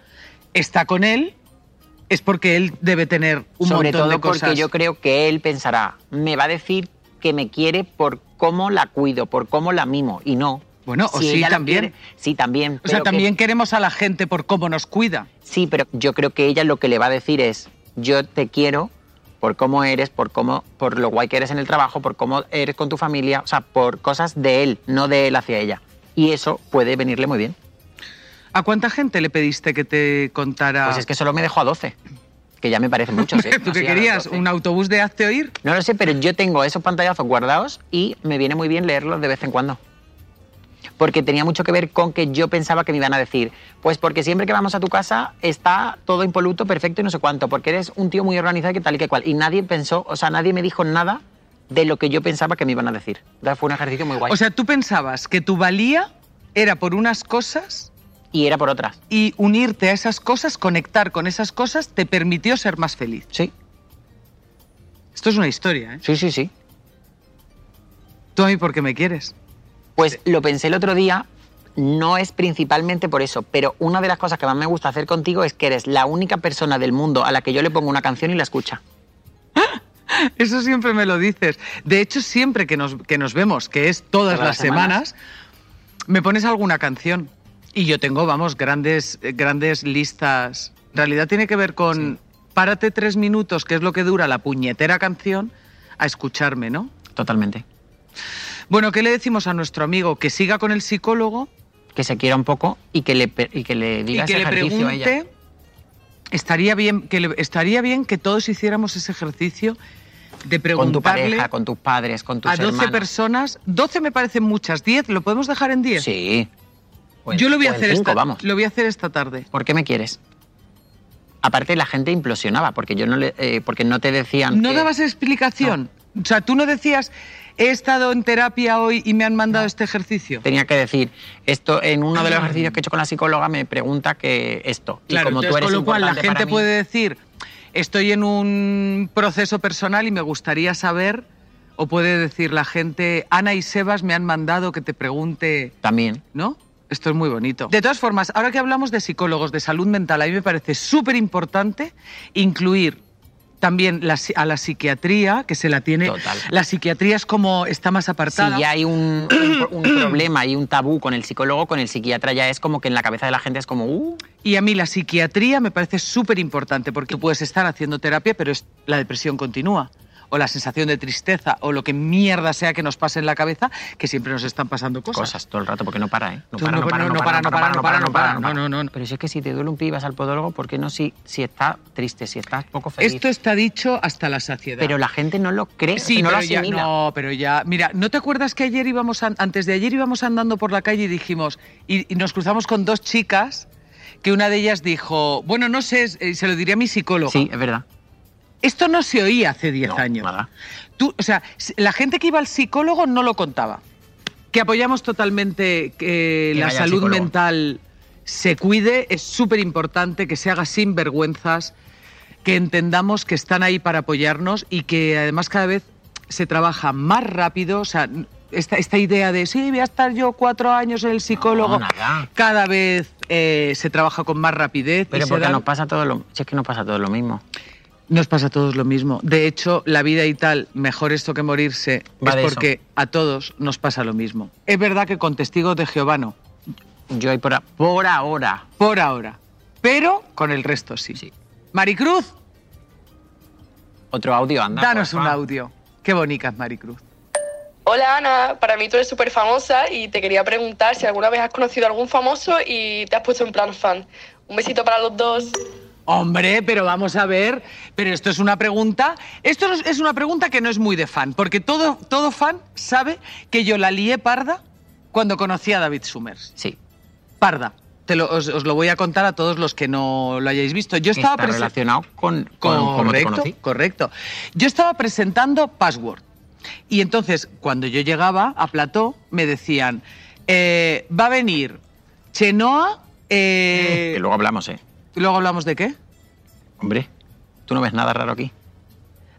D: está con él, es porque él debe tener un
E: Sobre
D: montón
E: todo
D: de
E: porque
D: cosas.
E: yo creo que él pensará, me va a decir que me quiere por cómo la cuido, por cómo la mimo, y no.
D: Bueno, o sí,
E: ella la
D: también.
E: quiere- sí,
D: o
E: también.
D: sea,
E: pero que-
D: también queremos a la gente por cómo nos cuida.
E: Sí, pero yo creo que ella lo que le va a decir es, yo te quiero por cómo eres, por cómo, por lo guay que eres en el trabajo, por cómo eres con tu familia, o sea, por cosas de él, no de él hacia ella. Y eso puede venirle muy bien.
D: ¿A cuánta gente le pediste que te contara?
E: Pues es que solo me dejó a 12, que ya me parece
D: *laughs*
E: mucho. ¿eh?
D: Ah. ¿Tú
E: Así
D: qué
E: a los
D: querías?
E: 12.
D: ¿Un autobús de hazte oír?
E: No lo sé, pero yo tengo esos pantallazos guardados y me viene muy bien leerlos de vez en cuando. Porque tenía mucho que ver con que yo pensaba que me iban a decir, pues porque siempre que vamos a tu casa está todo impoluto, perfecto y no sé cuánto, porque eres un tío muy organizado y que tal y que cual. Y nadie pensó, o sea, nadie me dijo nada de lo que yo pensaba que me iban a decir. Entonces fue un ejercicio muy guay.
D: O sea, tú pensabas que tu valía era por unas cosas
E: y era por otras.
D: y unirte a esas cosas, conectar con esas cosas, te permitió ser más feliz.
E: Sí,
D: Esto es una historia, ¿eh?
E: sí, sí, sí.
D: Tú a mí porque me quieres.
E: Pues lo pensé el otro día, no es principalmente por eso, pero una de las cosas que más me gusta hacer contigo es que eres la única persona del mundo a la que yo le pongo una canción y la escucha.
D: Eso siempre me lo dices. De hecho, siempre que nos, que nos vemos, que es todas
E: Todas
D: las
E: las semanas.
D: semanas, me pones alguna canción. Y yo tengo, vamos, grandes, eh, grandes listas. En realidad tiene que ver con párate tres minutos, que es lo que dura la puñetera canción, a escucharme, ¿no?
E: Totalmente.
D: Bueno, ¿qué le decimos a nuestro amigo? Que siga con el psicólogo
E: que se quiera un poco y que le, pe- y que le
D: y
E: diga
D: que
E: ese
D: le
E: ejercicio a ella.
D: pregunte. Estaría bien, que le- estaría bien que todos hiciéramos ese ejercicio de
E: Con tu
D: preguntarle
E: pareja, con tus padres, con tus
D: a 12
E: hermanos.
D: personas. 12 me parecen muchas, 10, ¿lo podemos dejar en 10?
E: Sí. O en-
D: Yo lo voy, a
E: o en
D: hacer
E: cinco,
D: esta,
E: vamos.
D: lo voy a hacer esta tarde.
E: ¿Por qué me quieres? Aparte la gente implosionaba porque yo no le, eh, porque no te decían.
D: No
E: que-
D: dabas explicación. O sea, tú no decías, he estado en terapia hoy y me han mandado este ejercicio.
E: Tenía que decir esto en uno de los
D: Ah.
E: ejercicios que he hecho con la psicóloga me pregunta que esto. y como tú
D: entonces,
E: eres
D: con lo cual la
E: importante para
D: gente
E: mí-
D: puede decir, estoy en un proceso personal y me gustaría saber, o puede decir la gente, Ana y Sebas me han mandado que te pregunte,
E: también.
D: ¿no? Esto es muy bonito. De todas formas, ahora que hablamos de psicólogos, de salud mental, a mí me parece súper importante incluir también la si- a la psiquiatría, que se la tiene...
E: Total.
D: La psiquiatría es como está más apartada.
E: Si ya hay un, un-
D: *clears throat*
E: un problema y un tabú con el psicólogo, con el psiquiatra ya es como que en la cabeza de la gente es como, uh,
D: Y a mí la psiquiatría me parece súper importante porque tú puedes estar haciendo terapia, pero es- la depresión continúa. o la sensación de tristeza o lo que mierda sea que nos pase en la cabeza, que siempre nos están pasando cosas.
E: Cosas todo el rato, porque no para, ¿eh? No
D: Tú
E: para,
D: no-
E: no para,
D: no-
E: no para, no para, no para, no para.
D: no, no, no, no.
E: Pero si es que si te duele un pie y vas al podólogo, ¿por qué no si, si estás triste, si estás poco feliz?
D: Esto está dicho hasta la saciedad.
E: Pero la gente no lo cree,
D: Sí,
E: no lo
D: pero ya,
E: asimila.
D: no, pero ya. Mira, ¿no te acuerdas que ayer íbamos, an- antes de ayer íbamos andando por la calle y dijimos, y, y nos cruzamos con dos chicas, que una de ellas dijo, bueno, no sé, es- eh, se lo diría a mi psicóloga.
E: Sí, es verdad.
D: Esto no se oía hace 10
E: No,
D: años.
E: nada.
D: Tú, o sea, s- la gente que iba al psicólogo no lo contaba. Que apoyamos totalmente que, eh,
E: Que
D: la
E: vaya al
D: salud
E: psicólogo.
D: mental se cuide, es súper importante que se haga sin vergüenzas, que entendamos que están ahí para apoyarnos y que además cada vez se trabaja más rápido. O sea, n- esta, esta idea de, sí, voy a estar yo cuatro años en el psicólogo,
E: No, nada.
D: cada vez eh, se trabaja con más rapidez. y
E: Pero
D: se
E: porque
D: dan-
E: nos pasa todo lo si es que nos pasa todo lo mismo.
D: nos pasa a todos lo mismo. De hecho, la vida y tal, mejor esto que morirse,
E: Va de
D: es
E: eso.
D: porque a todos nos pasa lo mismo. Es verdad que con testigos de Jehová no,
E: Yo ahí por, a- por ahora.
D: por ahora, pero con el resto sí.
E: Sí.
D: Maricruz,
E: Otro audio anda. pues,
D: danos
E: porfa.
D: un audio. Qué bonita es Maricruz.
F: Hola Ana, para mí tú eres súper famosa y te quería preguntar si alguna vez has conocido a algún famoso y te has puesto en plan fan. Un besito para los dos.
D: Hombre, pero vamos a ver, pero esto es una pregunta, esto no es- es una pregunta que no es muy de fan, porque todo, todo fan sabe que yo la lié parda cuando conocí a David Summers.
E: Sí.
D: Parda. Te lo- os, os lo voy a contar a todos los que no lo hayáis visto. Yo estaba
E: Está
D: presen-
E: relacionado con, con cómo te
D: Correcto,
E: conocí.
D: correcto. Yo estaba presentando Password. Y entonces, cuando yo llegaba a Plató, me decían, eh, va a venir Chenoa... eh,
E: Que luego hablamos, ¿eh?
D: ¿Luego hablamos de qué?
E: Hombre, tú no ves nada raro aquí.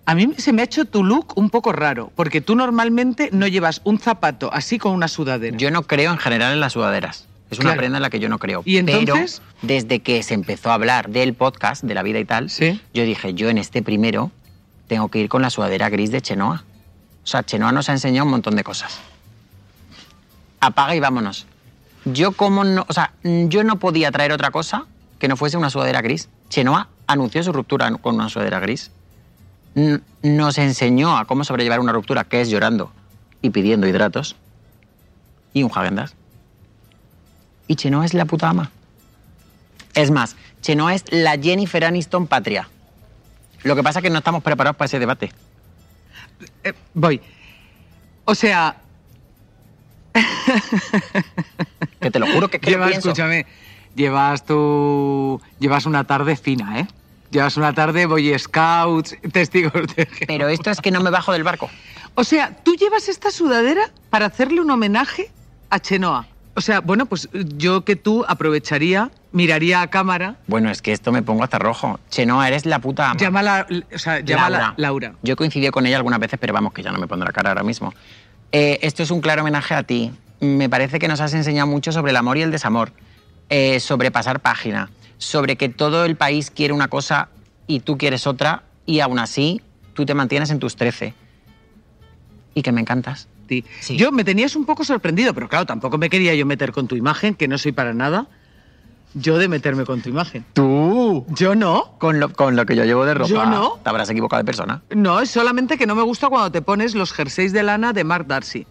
D: A mí se me ha hecho tu look un poco raro, porque tú normalmente no llevas un zapato así con una sudadera.
E: Yo no creo en general en las sudaderas. Es una
D: Claro.
E: prenda en la que yo no creo.
D: ¿Y entonces?
E: Pero desde que se empezó a hablar del podcast, de la vida y tal,
D: Sí.
E: yo dije, yo en este primero tengo que ir con la sudadera gris de Chenoa. O sea, Chenoa nos ha enseñado un montón de cosas. Apaga y vámonos. Yo como no, o sea, yo no podía traer otra cosa que no fuese una sudadera gris. Chenoa anunció su ruptura con una sudadera gris. N- Nos enseñó a cómo sobrellevar una ruptura, que es llorando y pidiendo hidratos y un Häagen-Dazs. Y Chenoa es la puta ama. Es más, Chenoa es la Jennifer Aniston patria. Lo que pasa es que no estamos preparados para ese debate.
D: Eh, voy. O sea,
E: Que te lo juro que, es que lo
D: llevas,
E: pienso.
D: escúchame, llevas tu... Llevas una tarde fina, ¿eh? Llevas una tarde Boy Scouts, *laughs* testigos de... Jehová.
E: Pero esto es que no me bajo del barco.
D: O sea, tú llevas esta sudadera para hacerle un homenaje a Chenoa. O sea, bueno, pues yo que tú aprovecharía, miraría a cámara,
E: Bueno, es que esto me pongo hasta rojo. Chenoa, eres la puta ama.
D: llámala, o sea, llámala Laura.
E: Yo coincidí con ella algunas veces, pero vamos, que ya no me pondrá cara ahora mismo. Eh, esto es un claro homenaje a ti. Me parece que nos has enseñado mucho sobre el amor y el desamor, eh, sobre pasar página, sobre que todo el país quiere una cosa y tú quieres otra, y aún así tú te mantienes en tus 13. Y que me encantas.
D: ti.
E: Sí.
D: Yo me tenías un poco sorprendido, pero claro, tampoco me quería yo meter con tu imagen, que no soy para nada yo de meterme con tu imagen.
E: Tú.
D: Yo no.
E: Con lo, con lo que yo llevo de ropa.
D: Yo no.
E: Te habrás equivocado de persona.
D: No, es solamente que no me gusta cuando te pones los jerseys de lana de Mark Darcy.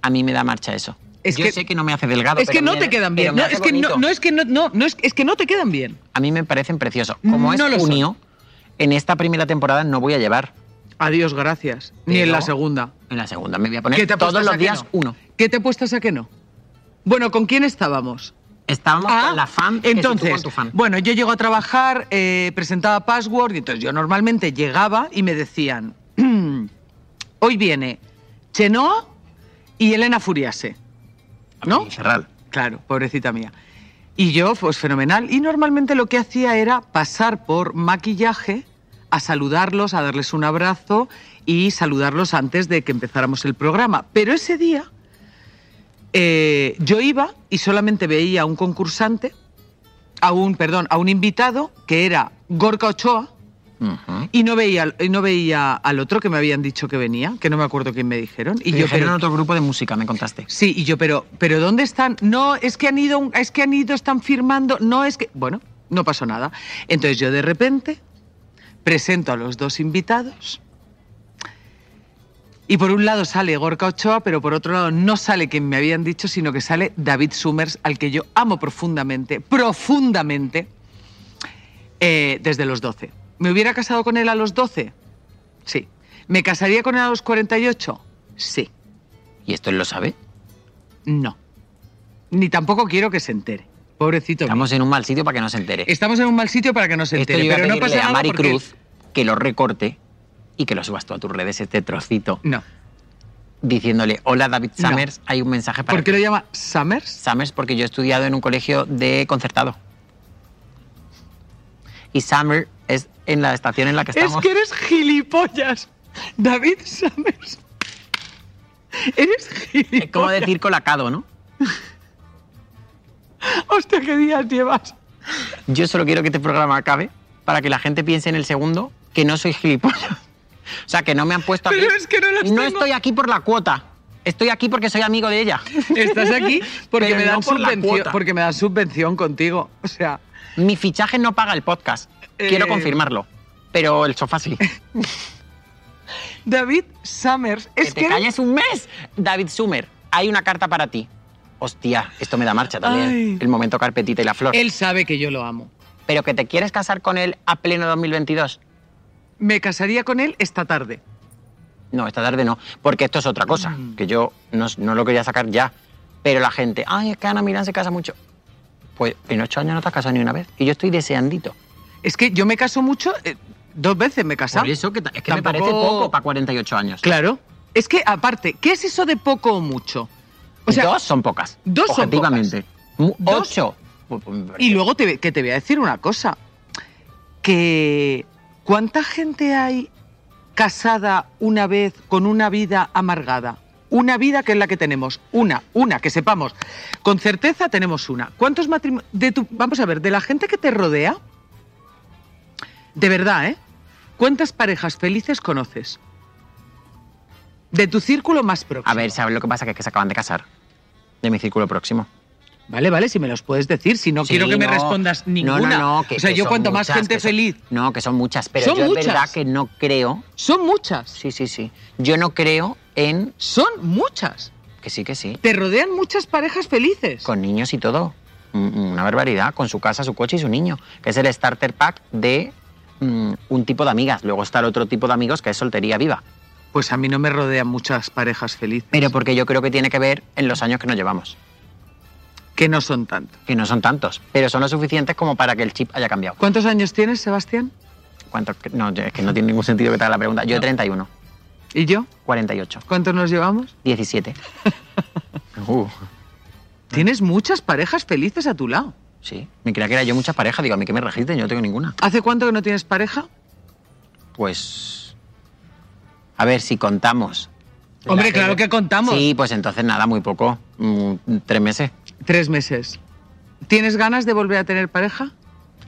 E: A mí me da marcha eso.
D: Es
E: yo
D: que-
E: sé que no me hace delgado.
D: Es que
E: pero
D: no
E: me-
D: te quedan
E: pero
D: Ah, bien. eh.
E: me
D: No,
E: hace
D: es que no,
E: bonito.
D: no, es que no, no, no, es, es que no te quedan bien.
E: A mí me parecen preciosos.
D: No
E: Como es
D: lo son.
E: junio, en esta primera temporada no voy a llevar.
D: Adiós, gracias. Ni en
E: Pero-
D: la segunda.
E: En la segunda me voy a poner
D: ¿Qué te apuestas
E: todos
D: a
E: los
D: que
E: días
D: no?
E: uno.
D: ¿Qué te apuestas a que no? Bueno, ¿con quién estábamos?
E: Estábamos
D: Ah,
E: con la fan. que
D: Entonces,
E: tú con tu fan.
D: bueno, yo llego a trabajar, eh, presentaba password y entonces yo normalmente llegaba y me decían, *clears throat* hoy viene Chenoa y Elena Furiase, ¿no?
E: Y Ferral.
D: Claro, pobrecita mía. Y yo, pues fenomenal. Y normalmente lo que hacía era pasar por maquillaje a saludarlos, a darles un abrazo y saludarlos antes de que empezáramos el programa. Pero ese día eh, yo iba y solamente veía a un concursante, a un, perdón, a un invitado que era Gorka Ochoa
E: Ujú.
D: y no veía, y no veía al otro que me habían dicho que venía, que no me acuerdo quién me dijeron. Y
E: Te
D: yo,
E: dijeron
D: pero-
E: en otro grupo de música, me contaste.
D: Sí, y yo, pero, pero ¿dónde están? No, es que han ido, un- es que han ido, están firmando, no es que. Bueno, no pasó nada. Entonces yo de repente presento a los dos invitados Y por un lado sale Gorka Ochoa, pero por otro lado no sale quien me habían dicho, sino que sale David Summers, al que yo amo profundamente, profundamente, eh, desde los 12. ¿Me hubiera casado con él a los 12? Sí. ¿Me casaría con él a los 48? Sí.
E: ¿Y esto él lo sabe?
D: No. Ni tampoco quiero que se entere. Pobrecito. mío.
E: Estamos en un mal sitio para que no se entere.
D: Estamos en un mal sitio para que no se
E: Esto
D: entere,
E: yo iba
D: pero
E: a
D: no
E: pedirle
D: pasa nada
E: a Mari
D: porque-
E: Cruz que lo recorte y que lo subas tú a tus redes este trocito
D: No.
E: diciéndole, hola David
D: No.
E: Summers, hay un mensaje para
D: ¿Por qué
E: ti".
D: lo llama Summers?
E: Summers porque yo he estudiado en un colegio de concertado. Y Summer es en la estación en la que
D: Es
E: estamos.
D: que eres gilipollas. David Summers. Eres
E: Es como
D: gilipollas.
E: decir colacado, ¿no?
D: Hostia, qué días llevas.
E: Yo solo quiero que este programa acabe para que la gente piense en el segundo que no soy gilipollas. O sea, que no me han puesto aquí.
D: Pero es que no las
E: No
D: tengo.
E: estoy aquí por la cuota. Estoy aquí porque soy amigo de ella.
D: Estás aquí porque
E: Pero
D: me,
E: no
D: dan
E: por la
D: subvención,
E: cuota.
D: porque me dan subvención contigo. O sea,
E: Mi fichaje no paga el podcast. Quiero
D: Eh.
E: confirmarlo. Pero el sofá sí.
D: David Summers es
E: que te
D: que. eres-
E: calles un mes. David Sumer, hay una carta para ti. Hostia, esto me da marcha también.
D: Ay.
E: El momento carpetita y la flor.
D: Él sabe que yo lo amo.
E: Pero que te quieres casar con él a pleno 2022.
D: Me casaría con él esta tarde.
E: No, esta tarde no, porque esto es otra cosa, que yo no, no lo quería sacar ya. Pero la gente, ay, es que Ana Milán se casa mucho. Pues en ocho años no te has casado ni una vez. Y yo estoy deseandito.
D: Es que yo me caso mucho. eh, dos veces me he casado.
E: Por eso que ta- es que me
D: Tampoco-
E: parece poco para 48 años.
D: Claro. Es que, aparte, ¿qué es eso de poco o mucho? O sea,
E: dos son pocas.
D: dos son
E: objetivamente. Mu-
D: Dos-
E: Ocho. Pues, pues, me parece-
D: Y luego te, que te voy a decir una cosa. Que ¿cuánta gente hay casada una vez con una vida amargada? Una vida que es la que tenemos, una, una, que sepamos. Con certeza tenemos una. ¿Cuántos matrimonios? De tu, vamos a ver, de la gente que te rodea, de verdad, ¿eh? ¿Cuántas parejas felices conoces? De tu círculo más próximo.
E: A ver, ¿sabes lo que pasa? Que es que se acaban de casar. De mi círculo próximo.
D: Vale, vale, si me los puedes decir, si no
E: Sí,
D: quiero que me
E: no.
D: respondas
E: No,
D: ninguna.
E: no, no, que-
D: o sea,
E: que
D: yo
E: son
D: cuanto más
E: muchas,
D: gente
E: que son-
D: feliz,
E: No, que son muchas, pero
D: Son
E: yo
D: muchas.
E: es verdad que no creo.
D: Son muchas.
E: Sí, sí, sí. Yo no creo en.
D: Son muchas.
E: Que sí, que sí.
D: Te rodean muchas parejas felices.
E: Con niños y todo. Mm, mm, Una barbaridad. Con su casa, su coche y su niño. Que es el starter pack de mm, un tipo de amigas. Luego está el otro tipo de amigos que es soltería viva.
D: Pues a mí no me rodean muchas parejas felices.
E: Pero porque yo creo que tiene que ver en los años que nos llevamos.
D: que no son tantas.
E: Que no son tantos, pero son lo suficientes como para que el chip haya cambiado.
D: ¿Cuántos años tienes, Sebastián?
E: ¿Cuántos? que- No, es que no tiene ningún sentido que te haga la pregunta. Yo 31,
D: ¿Y yo?
E: 48,
D: ¿Cuántos nos
E: Ah.
D: llevamos? *laughs*
E: 17. Uh,
D: Tienes muchas parejas felices a tu lado.
E: sí. Me creía que era yo muchas parejas. Digo, a mí que me registren, yo no tengo ninguna.
D: ¿Hace cuánto que no tienes pareja?
E: Pues. A ver, si contamos.
D: Hombre,
E: La que-
D: claro que contamos.
E: Sí, pues entonces nada, muy poco. Mm, tres meses.
D: Tres meses. ¿Tienes ganas de volver a tener pareja?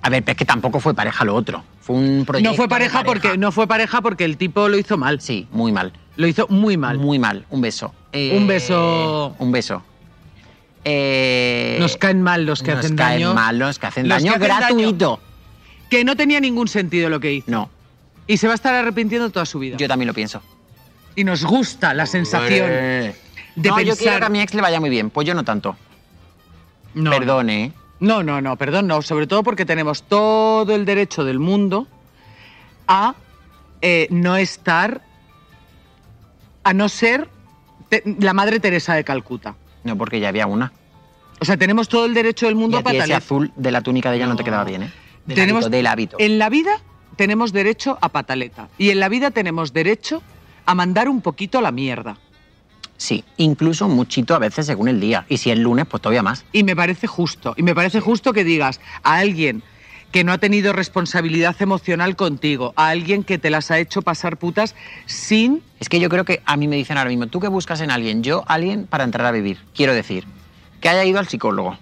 E: A ver, pero es que tampoco fue pareja lo otro. Fue un proyecto.
D: no fue
E: de
D: pareja, porque no fue pareja porque el tipo lo hizo mal.
E: Sí, muy mal.
D: Lo hizo muy mal.
E: Muy mal. Un beso.
D: Un beso.
E: Un beso. Eh,
D: Nos caen mal los que
E: nos
D: hacen
E: caen
D: daño.
E: mal los que hacen
D: Los que
E: daño
D: hacen daño.
E: gratuito.
D: Que no tenía ningún sentido lo que hizo.
E: No,
D: Y se va a estar arrepintiendo toda su vida.
E: yo también lo pienso.
D: Y nos gusta la sensación
E: Eh.
D: de
E: no, yo quiero
D: pensar.
E: que a mi ex le vaya muy bien. Pues yo no tanto.
D: No,
E: Perdone. ¿eh?
D: No, no, no, perdón, no. Sobre todo porque tenemos todo el derecho del mundo a eh, no estar, a no ser te- la madre Teresa de Calcuta.
E: No, porque ya había una.
D: O sea, tenemos todo el derecho del mundo
E: Y
D: a
E: a ti ese
D: patalear.
E: azul de la túnica de ella no, te
D: No.
E: quedaba bien, ¿eh? Del
D: Tenemos-
E: hábito, del hábito.
D: En la vida tenemos derecho a pataleta. Y en la vida tenemos derecho a mandar un poquito a la mierda.
E: Sí, incluso muchito a veces según el día. Y si es lunes, pues todavía más.
D: Y me parece justo. Y me parece justo que digas a alguien que no ha tenido responsabilidad emocional contigo, a alguien que te las ha hecho pasar putas sin...
E: Es que yo creo que a mí me dicen ahora mismo, ¿tú qué buscas en alguien? Yo, alguien para entrar a vivir. Quiero decir, que haya ido al psicólogo,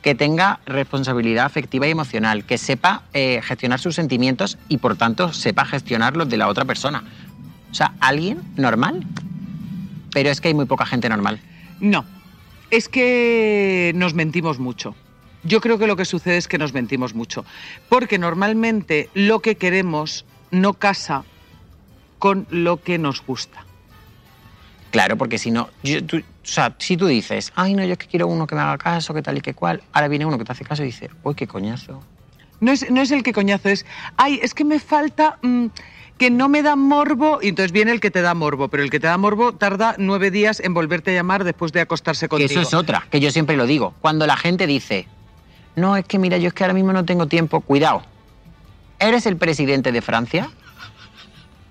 E: que tenga responsabilidad afectiva y emocional, que sepa eh, gestionar sus sentimientos y por tanto sepa gestionar los de la otra persona. O sea, alguien normal. Pero es que hay muy poca gente normal.
D: No, es que nos mentimos mucho. Yo creo que lo que sucede es que nos mentimos mucho. Porque normalmente lo que queremos no casa con lo que nos gusta.
E: Claro, porque si no, yo- tú- o sea, si tú dices, ay, no, yo es que quiero uno que me haga caso, que tal y que cual, ahora viene uno que te hace caso y dice, uy, qué coñazo.
D: No es, no es el que coñazo, es, ay, es que me falta mm, que no me da morbo, y entonces viene el que te da morbo, pero el que te da morbo tarda nueve días en volverte a llamar después de acostarse
E: Que
D: contigo.
E: eso es otra, que yo siempre lo digo. Cuando la gente dice, no, es que mira, yo es que ahora mismo no tengo tiempo, cuidado. ¿Eres el presidente de Francia?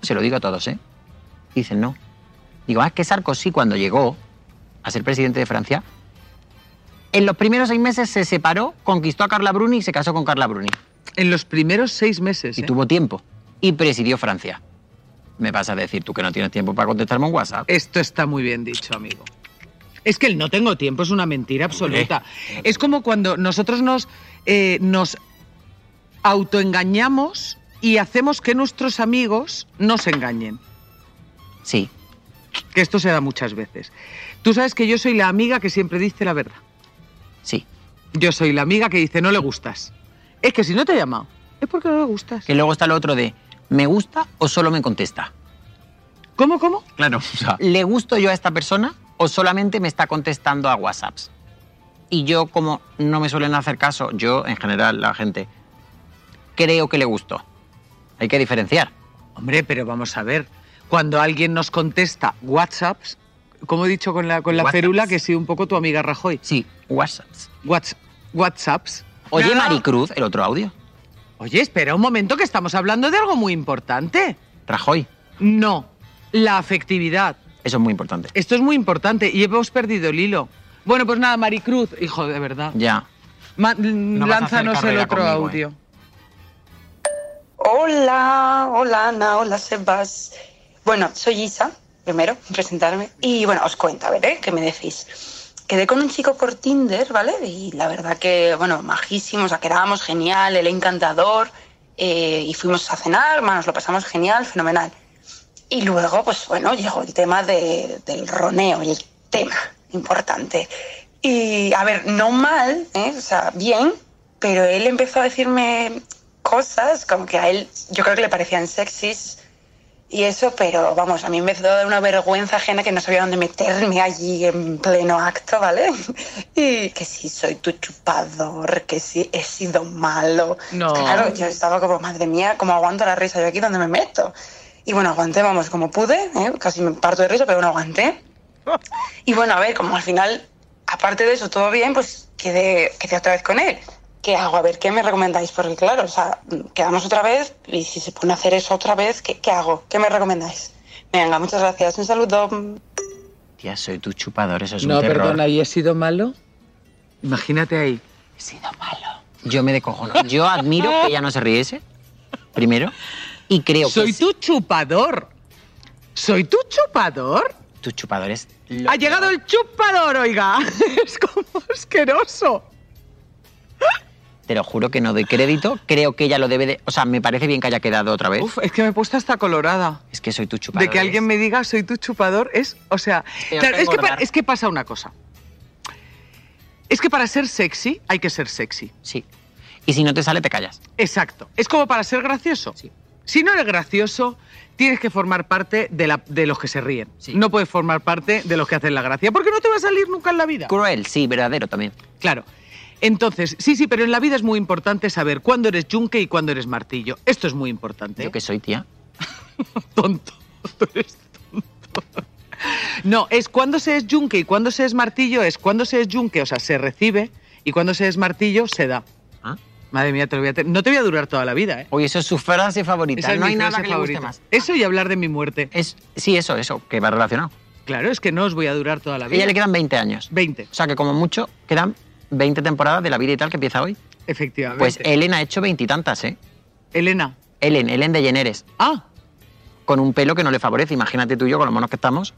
E: Se lo digo a todos, ¿eh? Dicen no. Digo, ah, es que Sarkozy cuando llegó a ser presidente de Francia, en los primeros seis meses se separó, conquistó a Carla Bruni y se casó con Carla Bruni.
D: En los primeros seis meses.
E: Y
D: ¿eh?
E: tuvo tiempo. Y presidió Francia. Me vas a decir tú que no tienes tiempo para contestarme un WhatsApp.
D: Esto está muy bien dicho, amigo. Es que el no tengo tiempo es una mentira absoluta. Es como cuando nosotros nos, eh, nos autoengañamos y hacemos que nuestros amigos nos engañen.
E: Sí,
D: Que esto se da muchas veces. Tú sabes que yo soy la amiga que siempre dice la verdad.
E: sí.
D: Yo soy la amiga que dice no le gustas. Es que si no te he llamado, es porque no le gustas.
E: Que luego está lo otro de, ¿me gusta o solo me contesta?
D: ¿Cómo, cómo?
E: Claro. ¿Le gusto yo a esta persona o solamente me está contestando a WhatsApps? Y yo, como no me suelen hacer caso, yo en general, la gente, creo que le gusto. Hay que diferenciar.
D: Hombre, pero vamos a ver. Cuando alguien nos contesta WhatsApps, como he dicho con la, con la
E: WhatsApps.
D: ferula, que sí, un poco tu amiga Rajoy.
E: Sí, WhatsApps.
D: Whats- WhatsApps.
E: Oye,
D: No, no.
E: Maricruz, el otro audio.
D: Oye, espera un momento que estamos hablando de algo muy importante.
E: Rajoy.
D: No, la afectividad.
E: Eso es muy importante.
D: Esto es muy importante y hemos perdido el hilo. Bueno, pues nada, Maricruz, hijo de verdad.
E: Ya.
D: Ma-
E: vas a hacer
D: lánzanos el
E: carrera
D: otro
E: conmigo, eh.
D: audio.
H: Hola, hola Ana, hola Sebas. Bueno, soy Isa, primero, presentarme. Y bueno, os cuento, a ver, ¿eh? ¿qué me decís? Quedé con un chico por Tinder, ¿vale? Y la verdad que, bueno, majísimo, o sea, quedábamos genial, él encantador. eh, y fuimos a cenar, bueno, nos lo pasamos genial, fenomenal. Y luego, pues bueno, llegó el tema de- del roneo, el tema importante. Y a ver, no mal, ¿eh? o sea, bien, pero él empezó a decirme cosas como que a él, yo creo que le parecían sexys y eso, pero vamos, a mí me da una vergüenza ajena que no sabía dónde meterme allí en pleno acto, ¿vale? *laughs* Y que sí, soy tu chupador, que sí, he sido malo.
D: No.
H: Es que, claro, yo estaba como, madre mía, ¿cómo aguanto la risa yo aquí? ¿Dónde me meto? Y bueno, aguanté, vamos, como pude, ¿eh? casi me parto de risa, pero no aguanté. Y bueno, a ver, como al final, aparte de eso, todo bien, pues quedé, quedé otra vez con él. ¿Qué hago? A ver, ¿qué me recomendáis? Porque claro, o sea, quedamos otra vez y si se pone a hacer eso otra vez, ¿qué, qué hago? ¿Qué me recomendáis? Venga, muchas gracias. Un saludo.
E: Tía, soy tu chupador, eso es
D: No,
E: un terror.
D: perdona, ¿y he sido malo? Imagínate ahí.
E: He sido malo. Yo me decojono. Yo admiro que ella no se riese, primero. Y creo
D: Soy
E: que
D: tu chupador. Soy tu chupador.
E: tu chupador es lo
D: Ha llegado el chupador, oiga. *laughs* Es como asqueroso.
E: Te lo juro que no doy crédito. Creo que ella lo debe de. O sea, me parece bien que haya quedado otra vez.
D: Uf, es que me he puesto hasta colorada.
E: es que soy tu chupador.
D: De que alguien me diga soy tu chupador es, o sea,
E: Peor
D: claro,
E: que
D: es, que pa-
E: engordar.
D: es que pasa una cosa. Es que para ser sexy hay que ser sexy.
E: Sí. Y si no te sale, te callas.
D: Exacto. Es como para ser gracioso.
E: Sí.
D: Si no eres gracioso, tienes que formar parte de, la- de los que se ríen.
E: Sí.
D: No puedes formar parte de los que hacen la gracia, porque no te va a salir nunca en la vida.
E: Cruel, sí, verdadero también.
D: Claro. Entonces, sí, sí, pero en la vida es muy importante saber cuándo eres yunque y cuándo eres martillo. Esto es muy importante. ¿eh?
E: Yo que soy, tía.
D: *laughs* tonto. Tú eres tonto. No, es cuando se es yunque y cuando se es martillo es cuando se es yunque, o sea, se recibe, y cuando se es martillo se da.
E: ¿Ah?
D: Madre mía, te lo voy a te- no te voy a durar toda la vida, ¿eh?
E: Oye, eso es su frase favorita.
D: Esa es
E: no
D: mi
E: hay nada
D: frase
E: que
D: favorita.
E: le guste más.
D: Eso y hablar de mi muerte.
E: Es, sí, eso, eso, que va relacionado.
D: Claro, es que no os voy a durar toda la
E: A
D: vida.
E: ella le quedan 20 años.
D: 20,
E: O sea, que como mucho quedan 20 temporadas de la vida y tal que empieza hoy.
D: efectivamente.
E: Pues Ellen ha hecho veintitantas, ¿eh?
D: Elena.
E: Ellen, Ellen de Jenneres.
D: Ah,
E: Con un pelo que no le favorece. Imagínate tú y yo con los monos que estamos.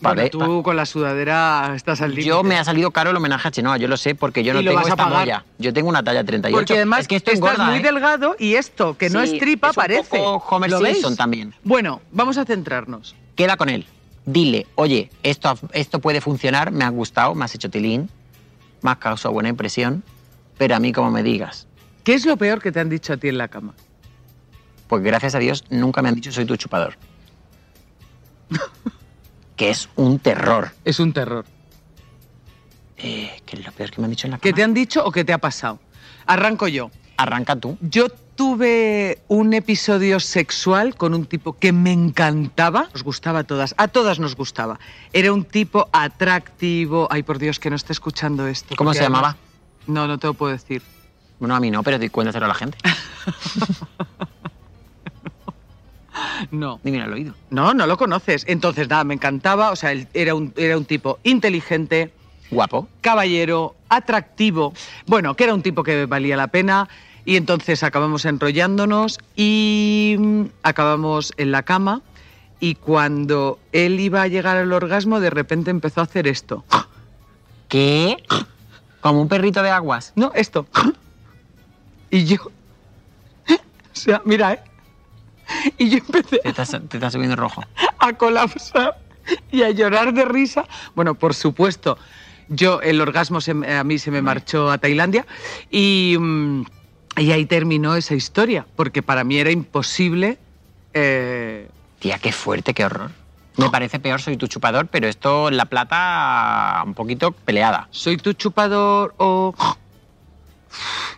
D: bueno,
E: Vale,
D: tú
E: pa-
D: con la sudadera estás al límite.
E: Yo me ha salido caro el homenaje a Chenoa, yo lo sé, porque yo
D: Y
E: no
D: lo
E: tengo
D: vas a
E: esta
D: pagar.
E: molla. Yo tengo una talla 38.
D: Porque además
E: es que esto
D: estás
E: engorda,
D: muy
E: ¿eh?
D: delgado y esto, que no
E: Sí,
D: es tripa,
E: es un
D: parece.
E: poco Homer
D: ¿Lo veis?
E: Simpson también.
D: Bueno, vamos a centrarnos.
E: Queda con él. Dile, oye, esto, ha- esto puede funcionar, me ha gustado, me has hecho tilín, me has causado buena impresión, pero a mí como me digas,
D: ¿Qué es lo peor que te han dicho a ti en la cama?
E: pues gracias a Dios nunca me han dicho soy tu chupador. *laughs* que es un terror.
D: Es un terror.
E: Eh, que es lo peor que me han dicho en la
D: ¿Qué
E: cama.
D: te han dicho o qué te ha pasado? Arranco yo.
E: Arranca tú.
D: Yo tuve un episodio sexual con un tipo que me encantaba, nos gustaba a todas, a todas nos gustaba. Era un tipo atractivo, ay por Dios que no está escuchando esto.
E: ¿Cómo
D: porque
E: se
D: Pues además-
E: llamaba?
D: No, no te lo puedo decir.
E: Bueno, a mí no, pero di- cuéntaselo a la gente.
D: No.
E: Dímelo al oído.
D: No, no lo conoces. Entonces, nada, me encantaba, o sea, él era un, era un tipo inteligente,
E: Guapo.
D: caballero, atractivo. Bueno, que era un tipo que valía la pena. Y entonces acabamos enrollándonos y mm, acabamos en la cama. Y cuando él iba a llegar al orgasmo, de repente empezó a hacer esto.
E: ¿Qué? Como un perrito de aguas.
D: No, esto. Y yo. *laughs* O sea, mira, ¿eh? Y yo empecé
E: Te estás, te estás subiendo rojo.
D: a colapsar y a llorar de risa. Bueno, por supuesto, yo el orgasmo se me- a mí se me marchó a Tailandia y, mm, y ahí terminó esa historia, porque para mí era imposible... eh,
E: Tía, qué fuerte, qué horror. Me parece peor, soy tu chupador, pero esto, la plata, un poquito peleada.
D: ¿Soy tu chupador o...?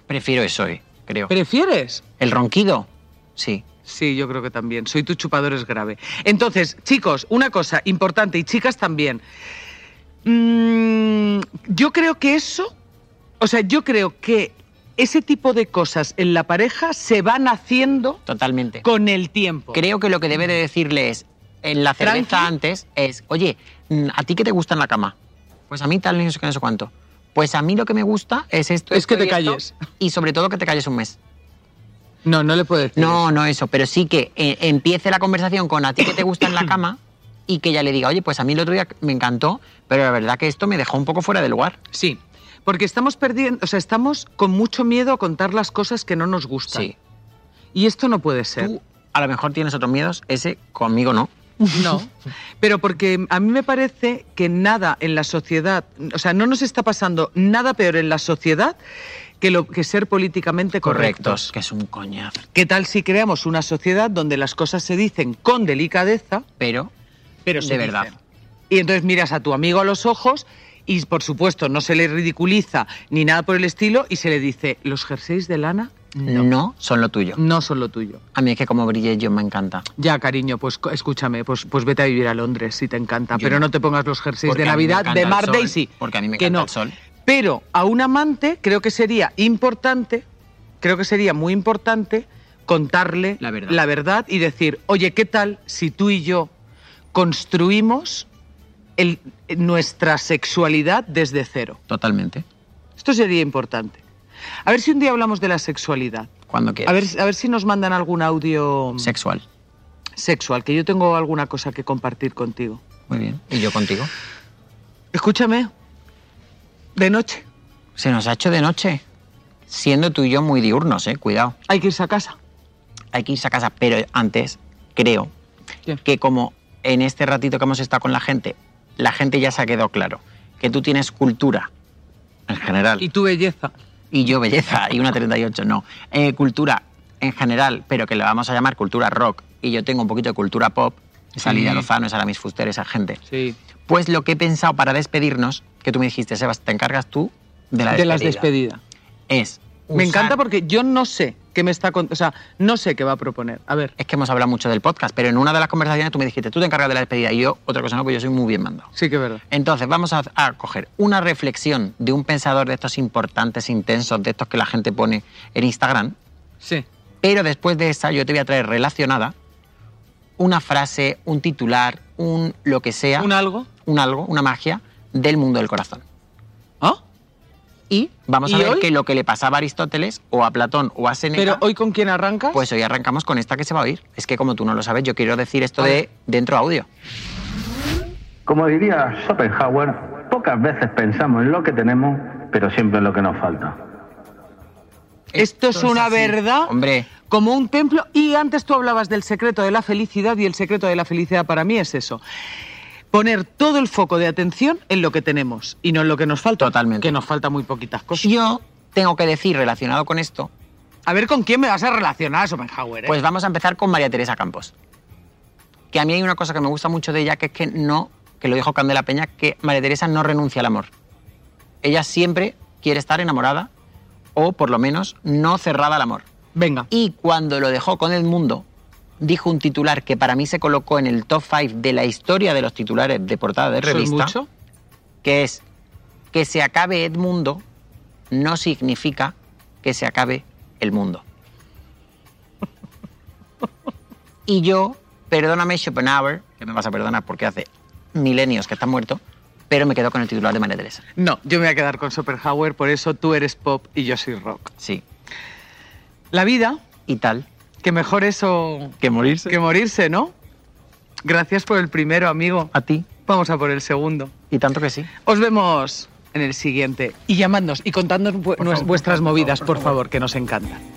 E: Prefiero eso, eh, creo.
D: ¿Prefieres?
E: ¿El ronquido? Sí.
D: Sí, yo creo que también. Soy tu chupador es grave. Entonces, chicos, una cosa importante y chicas también. Mm, yo creo que eso, o sea, yo creo que ese tipo de cosas en la pareja se van haciendo
E: Totalmente.
D: con el tiempo.
E: Creo que lo que debe de decirle es, en la cerveza
D: Tranqui.
E: antes, es, oye, mm, ¿a ti qué te gusta en la cama? Pues a mí tal, no sé qué, no sé cuánto. Pues a mí lo que me gusta es esto.
D: Es
E: esto
D: que te
E: y esto,
D: calles.
E: Y sobre todo que te calles un mes.
D: No, no le puedo decir.
E: No, no eso, pero sí que eh, empiece la conversación con a ti que te gusta en la cama y que ella le diga, oye, pues a mí el otro día me encantó, pero la verdad que esto me dejó un poco fuera de lugar.
D: Sí, porque estamos perdiendo, o sea, estamos con mucho miedo a contar las cosas que no nos gustan.
E: Sí.
D: Y esto no puede ser.
E: Tú a lo mejor tienes otros miedos, ese conmigo no.
D: No, pero porque a mí me parece que nada en la sociedad, o sea, no nos está pasando nada peor en la sociedad que, lo, que ser políticamente correctos.
E: Que es un coñazo.
D: ¿Qué tal si creamos una sociedad donde las cosas se dicen con delicadeza,
E: Pero
D: pero se
E: De verdad.
D: dicen? Y entonces miras a tu amigo a los ojos y, por supuesto, no se le ridiculiza ni nada por el estilo y se le dice, los jerseys de lana
E: no.
D: no,
E: son lo tuyo.
D: no son lo tuyo.
E: A mí es que como brille yo me encanta.
D: Ya, cariño, pues co- escúchame, pues, pues vete a vivir a Londres si te encanta,
E: Yo
D: pero
E: no.
D: no te pongas los jerseys
E: Porque
D: de
E: a mí me
D: Navidad
E: encanta
D: de
E: el
D: Mar
E: sol,
D: Daisy.
E: Porque a mí me
D: que
E: encanta
D: no.
E: el sol.
D: Pero a un amante creo que sería importante, creo que sería muy importante contarle
E: La verdad.
D: y decir, oye, ¿qué tal si tú y yo construimos el- nuestra sexualidad desde cero?
E: Totalmente.
D: Esto sería importante. A ver si un día hablamos de la sexualidad.
E: Cuando quieras.
D: A ver, a ver si nos mandan algún audio
E: Sexual.
D: sexual, que yo tengo alguna cosa que compartir contigo.
E: Muy bien. ¿Y yo contigo?
D: Escúchame, de noche
E: Se nos ha hecho de noche. Siendo tú y yo muy diurnos, eh. Cuidado.
D: hay que irse a casa.
E: hay que irse a casa, pero antes creo
D: ¿Qué?
E: que como en este ratito que hemos estado con la gente, la gente ya se ha quedado claro que tú tienes cultura en general
D: Y
E: y,
D: tu belleza.
E: yo belleza y una 38 no, Eh, cultura en general, pero que le vamos a llamar cultura rock y yo tengo un poquito de cultura pop, esa
D: Sí.
E: Lidia Lozano, esa Aramis Fuster, esa gente.
D: Sí.
E: Pues lo que he pensado para despedirnos, que tú me dijiste, Sebas, te encargas tú de la
D: de las despedidas.
E: despedida, es
D: Me
E: usar-
D: encanta porque yo no sé qué me está con- o sea, no sé qué va a proponer. A ver,
E: es que hemos hablado mucho del podcast, pero en una de las conversaciones tú me dijiste, tú te encargas de la despedida y yo otra cosa no, porque yo soy muy bien mandado.
D: sí que es verdad.
E: Entonces vamos a, a coger una reflexión de un pensador de estos importantes, intensos, de estos que la gente pone en Instagram,
D: Sí.
E: pero después de esa yo te voy a traer relacionada una frase, un titular, un lo que sea,
D: ¿Un algo?
E: un algo, una magia del mundo del corazón.
D: ¿Ah?
E: Y vamos a
D: ¿Y
E: ver
D: hoy?
E: que lo que le pasaba a Aristóteles o a Platón o a Seneca...
D: Pero hoy con quién arrancas?
E: Pues hoy arrancamos con esta que se va a oír. Es que como tú no lo sabes, yo quiero decir esto
D: A
E: de dentro audio.
J: Como diría Schopenhauer, pocas veces pensamos en lo que tenemos, pero siempre en lo que nos falta.
D: esto es una
E: así.
D: verdad
E: Hombre,
D: como un templo y antes tú hablabas del secreto de la felicidad y el secreto de la felicidad para mí es eso. Poner todo el foco de atención en lo que tenemos y no en lo que nos falta.
E: Totalmente.
D: Que nos falta muy poquitas cosas.
E: Pues yo tengo que decir relacionado con esto,
D: A ver con quién me vas a relacionar, Schopenhauer. ¿eh?
E: pues vamos a empezar con María Teresa Campos. Que a mí hay una cosa que me gusta mucho de ella, que es que no que lo dijo Candela Peña, que María Teresa no renuncia al amor. Ella siempre quiere estar enamorada o por lo menos no cerrada al amor.
D: Venga.
E: Y cuando lo dejó con Edmundo, dijo un titular que para mí se colocó en el top 5 de la historia de los titulares de portada de
D: ¿Eso es
E: revista,
D: mucho?
E: que es que se acabe Edmundo no significa que se acabe el mundo. Y yo, perdóname Schopenhauer, que me vas a perdonar porque hace milenios que está muerto, pero me quedo con el titular de María Teresa.
D: No, yo me voy a quedar con Schopenhauer, por eso tú eres pop y yo soy rock.
E: Sí.
D: La vida,
E: Y tal.
D: que mejor eso
E: Que morirse.
D: que morirse, ¿no? Gracias por el primero, amigo.
E: A ti.
D: Vamos a por el segundo.
E: Y tanto que sí.
D: Os vemos en el siguiente. Y llamadnos y contadnos vu- nues- vuestras movidas, por favor, que nos encantan.